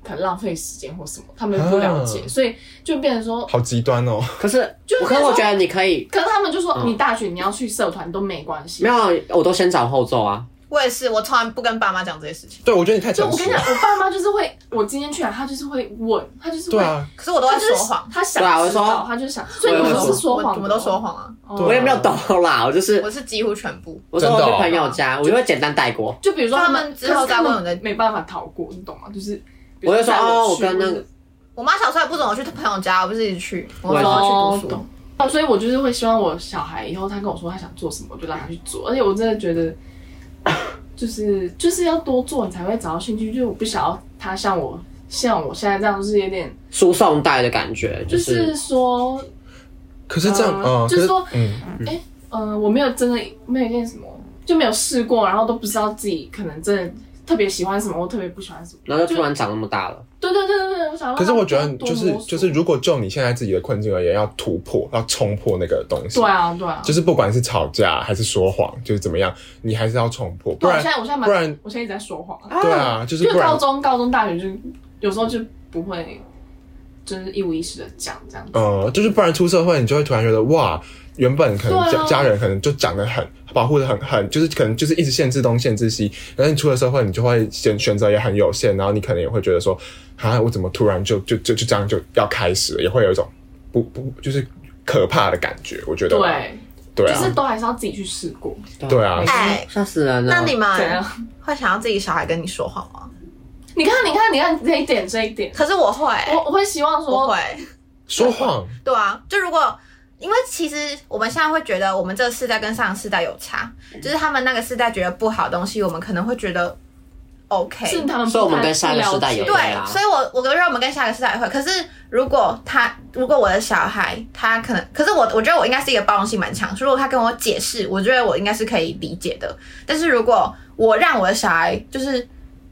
Speaker 4: 可能浪费时间或什么，他们不了解，
Speaker 2: 啊
Speaker 4: 所以就变成说，
Speaker 2: 好极端哦，
Speaker 1: 可是，
Speaker 4: 就是
Speaker 1: 可是我觉得你可以
Speaker 4: 可是他们就说、
Speaker 1: 嗯
Speaker 4: 你大学你要去社团都没关系
Speaker 1: 没。有，我都先找后奏啊。
Speaker 3: 我也是，我从来不跟爸妈讲这些事情，
Speaker 2: 对我觉得你太
Speaker 4: 就
Speaker 2: 诚
Speaker 4: 我跟
Speaker 2: 实啊
Speaker 4: 你讲，
Speaker 2: 了。
Speaker 4: 我爸妈就是会，我今天去啊哪，他就是会问，他就是会，
Speaker 2: 对啊，
Speaker 3: 可是我都
Speaker 4: 他
Speaker 3: 在
Speaker 4: 就是
Speaker 3: 说谎，
Speaker 4: 他想
Speaker 1: 对啊我
Speaker 4: 知道，
Speaker 1: 说
Speaker 4: 他就想，所以
Speaker 1: 我
Speaker 4: 你
Speaker 1: 也
Speaker 4: 们
Speaker 1: 会
Speaker 4: 都是
Speaker 1: 说
Speaker 4: 说
Speaker 3: 我
Speaker 4: 谎，
Speaker 3: 我们都说，谎啊，
Speaker 2: 对啊
Speaker 4: 哦
Speaker 1: 我也没有懂啦，我就是
Speaker 3: 我是几乎全部。
Speaker 1: 我说我
Speaker 2: 真
Speaker 1: 去
Speaker 2: 的哦
Speaker 1: 朋友家，我就会简单带过。
Speaker 4: 就比如说
Speaker 3: 他
Speaker 4: 们
Speaker 3: 们之后再问我的
Speaker 4: 可是他们没办法逃过，你懂吗？就是
Speaker 1: 我就说
Speaker 4: 带
Speaker 1: 哦
Speaker 4: 去
Speaker 1: 我跟那
Speaker 4: 或者
Speaker 1: 个
Speaker 3: 我妈小时候也不准我去朋友家，我不是一直去，我
Speaker 1: 也
Speaker 3: 说
Speaker 1: 是
Speaker 3: 我
Speaker 4: 哦，
Speaker 3: 去读书
Speaker 4: 懂。。哦，所以我就是会希望我小孩以后他跟我说他想做什么，我就让他去做。而且我真的觉得，就是就是要多做，你才会找到兴趣。就是我不想要他像我像我现在这样，就是有点
Speaker 1: 输送带的感觉，
Speaker 4: 就
Speaker 1: 就是是
Speaker 4: 说，
Speaker 2: 可是这样，
Speaker 4: 呃
Speaker 2: 嗯，
Speaker 4: 就
Speaker 2: 可
Speaker 4: 是说
Speaker 2: 嗯，
Speaker 4: 嗯、我没有真的没有一件什么就没有试过，然后都不知道自己可能真的特别喜欢什么或特别不喜欢什么。
Speaker 1: 然后就突然长那么大了，
Speaker 4: 对对对对对，我想要让他
Speaker 2: 可是我觉得
Speaker 4: 多
Speaker 2: 就是
Speaker 4: 摸索
Speaker 2: 就是，如果就你现在自己的困境而言，要突破，要冲破那个东西。
Speaker 4: 对啊对啊，
Speaker 2: 就是不管是吵架还是说谎，就是怎么样，你还是要冲破，不
Speaker 4: 对我
Speaker 2: 然
Speaker 4: 现在我现在蛮
Speaker 2: 不然，
Speaker 4: 我现在一直在说谎啊。
Speaker 2: 对啊，就是
Speaker 4: 因
Speaker 2: 不
Speaker 4: 为
Speaker 2: 然
Speaker 4: 高，中、高中、大学就有时候就不会，就是一五一十的讲这样子。
Speaker 2: 呃，就是不然出社会，你就会突然觉得哇，原本可能
Speaker 4: 对
Speaker 2: 家、
Speaker 4: 啊
Speaker 2: 家人可能就讲的很保护的很很，就是可能就是一直限制东限制西，然后你出了社会，你就会选选择也很有限，然后你可能也会觉得说，啊，我怎么突然就就就就这样就要开始了，也会有一种不不就是可怕的感觉，我觉得吧
Speaker 4: 对，
Speaker 2: 对
Speaker 4: 就是
Speaker 2: 啊，
Speaker 4: 都还是要自己去试过。
Speaker 2: 对啊，
Speaker 3: 哎，
Speaker 1: 吓死人了。
Speaker 3: 那你
Speaker 4: 怎样
Speaker 3: 们？会想要自己小孩跟你说谎吗？
Speaker 4: 你看，你看，你看这一点，这一点，
Speaker 3: 可是我会，
Speaker 4: 我 我会希望
Speaker 3: 我
Speaker 4: 说，
Speaker 3: 会。
Speaker 2: 说谎
Speaker 3: 对啊，就如果因为其实我们现在会觉得我们这个世代跟上个世代有差，就是他们那个世代觉得不好的东西，我们可能会觉得 OK。
Speaker 4: 是他们不太了解，
Speaker 1: 所以我们跟下一个时代有
Speaker 3: 对
Speaker 1: 对啊，
Speaker 3: 所以我我觉得我们跟下一个世代也会。可是如果他如果我的小孩他可能，可是我我觉得我应该是一个包容性蛮强，如果他跟我解释，我觉得我应该是可以理解的。但是如果我让我的小孩就是。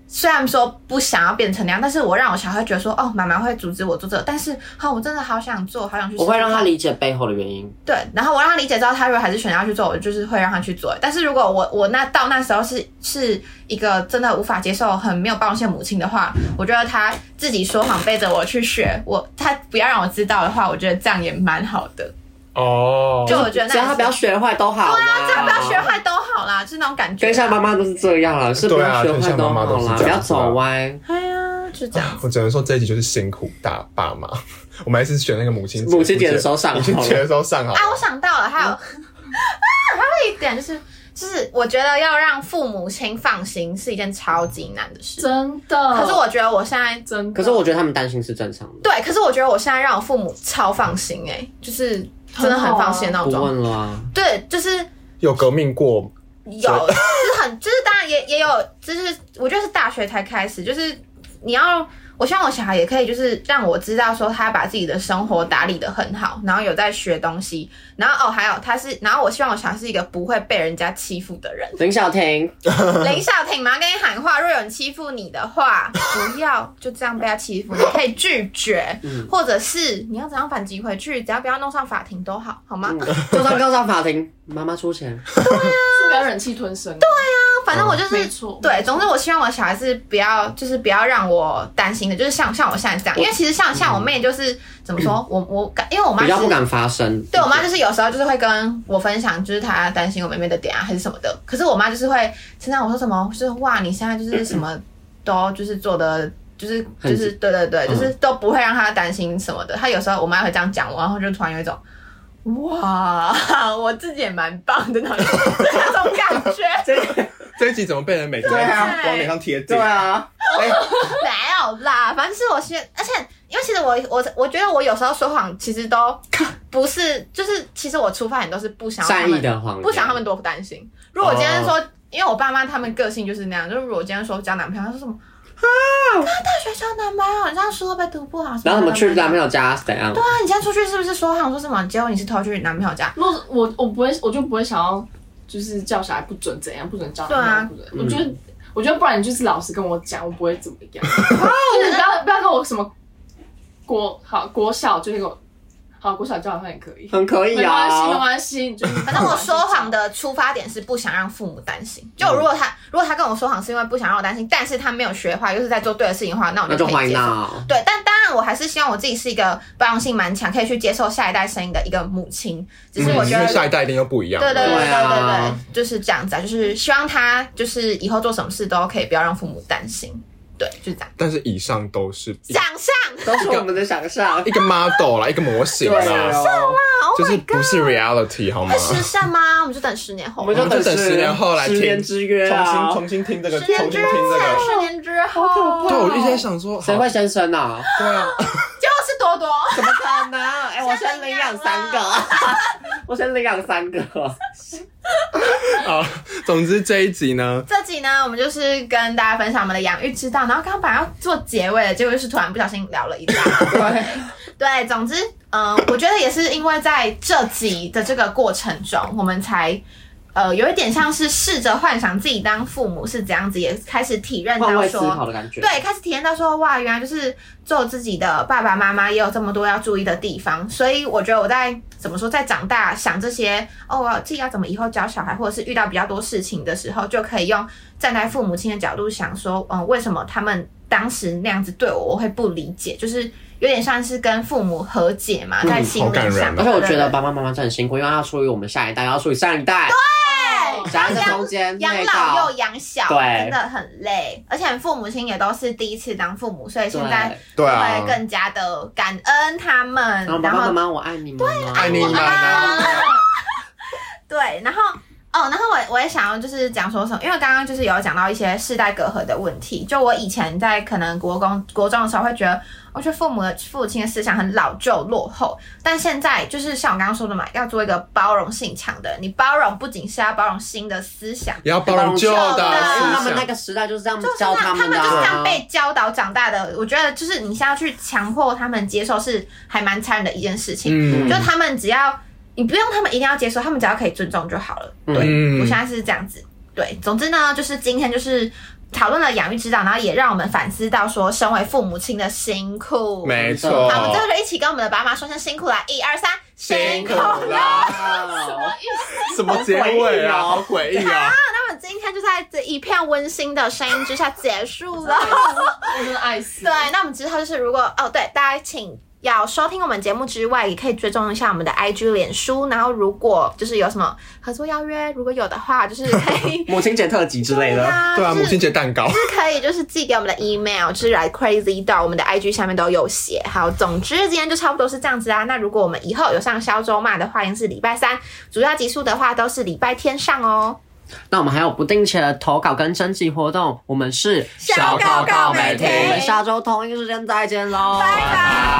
Speaker 3: 虽然说不想要变成那样，但是我让我小孩会觉得说，哦，妈妈会阻止我做这个，但是，好、我真的好想做，好想去试试
Speaker 1: 我
Speaker 3: 看。
Speaker 1: 会让他理解背后的原因。
Speaker 3: 对，然后我让他理解到，他如果还是选择要去做，我就是会让他去做。但是如果我我那到那时候是是一个真的无法接受、很没有包容性的母亲的话，我觉得他自己说谎背着我去学，我他不要让我知道的话，我觉得这样也蛮好的。
Speaker 2: 哦，
Speaker 3: 就我觉得那
Speaker 1: 只要他不要学坏都好啦。对啊，
Speaker 3: 这样不要学。坏都好啦，就是那种感觉。
Speaker 1: 跟像妈妈都是这样了，是不
Speaker 2: 对啊
Speaker 1: 要学坏
Speaker 2: 跟像妈妈
Speaker 1: 好
Speaker 2: 都是
Speaker 1: 啦，
Speaker 2: 这
Speaker 1: 不
Speaker 2: 样啊
Speaker 1: 要走歪。
Speaker 3: 哎呀，就这样。
Speaker 2: 我只能说这一集就是辛苦大爸妈， 我们还是选那个母亲
Speaker 1: 母亲节的时候上
Speaker 2: 母亲
Speaker 1: 好
Speaker 2: 节的
Speaker 1: 了。
Speaker 2: 时候上好了。
Speaker 3: 啊，我想到了，还有、啊，还有一点就是，就是我觉得要让父母亲放心是一件超级难的事。
Speaker 4: 真的。
Speaker 3: 可是我觉得我现在
Speaker 4: 真的，
Speaker 1: 可是我觉得他们担心是正常的，
Speaker 3: 对，可是我觉得我现在让我父母超放心哎、就是真的很放心的那
Speaker 1: 不
Speaker 3: 种状态。
Speaker 1: 问了啊。
Speaker 3: 对，就是
Speaker 2: 有革命过，
Speaker 3: 有，就是很，就是当然也也有，就是我觉得是大学才开始，就是你要，我希望我小孩也可以，就是让我知道说他把自己的生活打理的很好，然后有在学东西，然后哦还有他是，然后我希望我小孩是一个不会被人家欺负的人。
Speaker 1: 林小婷，
Speaker 3: 林小婷马上跟你喊话，若有人欺负你的话，不要就这样被他欺负，你可以拒绝，
Speaker 1: 嗯
Speaker 3: 或者是你要怎样反击回去，只要不要弄上法庭都好，好吗？啊
Speaker 1: 就算告上法庭，妈妈出钱。
Speaker 4: 是不要忍气吞声。啊对，
Speaker 3: 反正我
Speaker 1: 哦
Speaker 3: 就是、
Speaker 4: 没错没
Speaker 3: 对，
Speaker 4: 错
Speaker 3: 总之我希望我小孩是不要，就是不要让我担心的，就是像像我现在这样，因为其实像像我妹就是怎么说，我我敢，因为我妈
Speaker 1: 嗯比较
Speaker 3: 是
Speaker 1: 不敢发声。
Speaker 3: 对我妈就是有时候就是会跟我分享，就是她担心我妹妹的点啊，还是什么的。可是我妈就是会称赞我说什么，就是哇，你现在就是什么都就是做的，就是
Speaker 1: 很
Speaker 3: 就是对对对，
Speaker 1: 嗯
Speaker 3: 就是都不会让她担心什么的。她有时候我妈会这样讲我，然后就突然有一种哇，我自己也蛮棒的那种那种感觉。
Speaker 2: 这一集怎么被人每个人嗯
Speaker 1: 对啊
Speaker 2: 往脸上贴金？
Speaker 1: 对啊，
Speaker 3: 没有啦，反正是我先，而且因为其实我我我觉得我有时候说谎其实都不是，就是其实我出发点都是不想要他
Speaker 1: 善意
Speaker 3: 们
Speaker 1: 的谎言，
Speaker 3: 不想他们多担心。如果我今天说，
Speaker 1: 哦
Speaker 3: 因为我爸妈他们个性就是那样，就是如果我今天说交男朋友，他说什么啊，大学交男朋友，你这样说会不会读不好？
Speaker 1: 然后他们去男朋
Speaker 3: 友？
Speaker 1: 友家怎样？
Speaker 3: 对啊，你今天出去是不是说谎说什么？结果你是偷去男朋友家？
Speaker 4: 如果我我不会，我就不会想要，就是叫小孩不准怎样，不准叫
Speaker 3: 对啊
Speaker 4: 他不准。我觉得，我觉得不然你就是老实跟我讲，我不会怎么样。 就是不要不要跟我什么国好国小就是跟我好国小叫好像也可以，
Speaker 1: 很可以
Speaker 4: 没关系没
Speaker 1: 啊。
Speaker 4: 关系，你就是
Speaker 3: 反正我说谎的出发点是不想让父母担心。就
Speaker 1: 嗯
Speaker 3: 如果他如果他跟我说谎是因为不想让我担心，但是他没有学坏，又是在做对的事情的话，那我
Speaker 1: 那就
Speaker 3: 可以
Speaker 1: why
Speaker 3: 接受。
Speaker 1: not？
Speaker 3: 对，但当然我还是希望我自己是一个包容性蛮强，可以去接受下一代声音的一个母亲。只是
Speaker 2: 嗯，
Speaker 3: 我觉
Speaker 2: 因
Speaker 3: 得
Speaker 2: 为下一代一定又不一样。
Speaker 3: 对对对对
Speaker 1: 对啊
Speaker 3: 对对，就是这样子啊，就是希望他就是以后做什么事都可以不要让父母担心，对，就是这样。
Speaker 2: 但是以上都是一
Speaker 3: 想象
Speaker 1: 都是我们的想象。
Speaker 2: 一个 model 啦，一个模型
Speaker 1: 对
Speaker 2: 啦，
Speaker 3: Oh
Speaker 1: 啊，
Speaker 2: 就是啊不是 reality 好吗
Speaker 3: 会？实现吗？我们就等十年后，
Speaker 1: 我们就
Speaker 2: 我们就等
Speaker 1: 十
Speaker 2: 十年后来
Speaker 1: 十
Speaker 2: 听
Speaker 1: 年之约
Speaker 2: 重新
Speaker 1: 啊。
Speaker 2: 重新听这个，
Speaker 3: 十
Speaker 2: 重
Speaker 3: 年
Speaker 2: 新听
Speaker 3: 之
Speaker 2: 这
Speaker 3: 后，
Speaker 2: 个。
Speaker 3: 十年之后，
Speaker 2: 对，我一直在想说，
Speaker 1: 谁
Speaker 2: 好
Speaker 1: 会先生啊？
Speaker 2: 对啊，
Speaker 3: 就是多多，
Speaker 1: 怎么可能？哎、我先领养三个，我先领养三个。
Speaker 2: 好，总之这一集呢，
Speaker 3: 这集呢，我们就是跟大家分享我们的养育之道，然后刚刚本来要做结尾，结果就是突然不小心聊了一大 堆。对，总之，嗯、我觉得也是因为在这集的这个过程中，我们才。呃，有一点像是试着幻想自己当父母是怎样子，也开始体认到
Speaker 1: 换位思
Speaker 3: 说，
Speaker 1: 考的感觉。
Speaker 3: 对，开始体验到说，哇，原来就是做自己的爸爸妈妈也有这么多要注意的地方，所以我觉得我在怎么说，在长大想这些，哦，我自己要怎么以后教小孩，或者是遇到比较多事情的时候，就可以用站在父母亲的角度想说，嗯，为什么他们当时那样子对我，我会不理解，就是有点像是跟父母和解嘛，在心
Speaker 2: 好感
Speaker 3: 理
Speaker 2: 人
Speaker 3: 上。
Speaker 2: 哦
Speaker 1: 而且我觉得
Speaker 3: 对
Speaker 1: 爸爸妈妈真的很辛苦，因为要处理我们下一代，要处理上一代，
Speaker 3: 对
Speaker 1: 夹在中间
Speaker 3: 养
Speaker 1: 那
Speaker 3: 老
Speaker 1: 道。
Speaker 3: 又养小，
Speaker 1: 对
Speaker 3: 真的很累，而且父母亲也都是第一次当父母，所以现在
Speaker 1: 对
Speaker 2: 对啊
Speaker 3: 会，更加的感恩他们，
Speaker 1: 然后爸
Speaker 3: 然
Speaker 1: 爸妈
Speaker 3: 后
Speaker 1: 妈，我爱你们哦，
Speaker 2: 爱你们啊！
Speaker 3: 对，然后哦，然后我我也想要就是讲说什么，因为刚刚就是有讲到一些世代隔阂的问题，就我以前在可能国公国中的时候会觉得。我觉得父母的父亲的思想很老旧落后，但现在就是像我刚刚说的嘛，要做一个包容性强的人。你包容不仅是要包容新的思想，
Speaker 2: 也要包容旧
Speaker 1: 因为
Speaker 2: 的
Speaker 3: 啊
Speaker 1: 他
Speaker 2: 思
Speaker 1: 们那
Speaker 2: 想。
Speaker 1: 个时代就是这样
Speaker 3: 就是
Speaker 1: 教
Speaker 3: 他
Speaker 1: 们
Speaker 3: 们
Speaker 1: 的
Speaker 3: 就是这样
Speaker 1: 啊。
Speaker 3: 被教导长大的。我觉得就是你现在去强迫他们接受是还蛮残忍的一件事情，
Speaker 2: 嗯
Speaker 3: 就他们只要。你不用他们一定要接受，他们只要可以尊重就好了。
Speaker 2: 嗯
Speaker 3: 我现在是这样子，对。总之呢，就是今天就是讨论了养育之道，然后也让我们反思到说，身为父母亲的辛苦。
Speaker 2: 没
Speaker 1: 哦
Speaker 2: 错
Speaker 3: 好，我，们最后就一起跟我们的爸妈说声辛苦啦！一二三，辛苦啦！
Speaker 1: 啦！
Speaker 2: 什么结尾啊？
Speaker 1: 好
Speaker 2: 好诡异啊！
Speaker 3: 那么今天就在这一片温馨的声音之下结束了。
Speaker 4: 我真的爱死
Speaker 3: 对，。那我们之后就是如果哦，对，大家请要收听我们节目之外，也可以追踪一下我们的 IG、脸书。然后如果就是有什么合作邀约，如果有的话，就是可以
Speaker 1: 母亲节特辑之类
Speaker 3: 对
Speaker 1: 的。
Speaker 3: 啊，
Speaker 2: 对啊，
Speaker 3: 就
Speaker 2: 母
Speaker 3: 是
Speaker 2: 亲节蛋糕。
Speaker 3: 是可以就是寄给我们的 email，就是来 crazy 到我们的 IG 下面都有写。好，总之今天就差不多是这样子啦。那如果我们以后有上消周骂的话，应该是礼拜三，主要集数的话都是礼拜天上哦。
Speaker 1: 那我们还有不定期的投稿跟征集活动，我们是
Speaker 3: 小
Speaker 2: 告告美
Speaker 1: 我
Speaker 2: 婷
Speaker 1: 们下周同一时间再见喽，拜拜。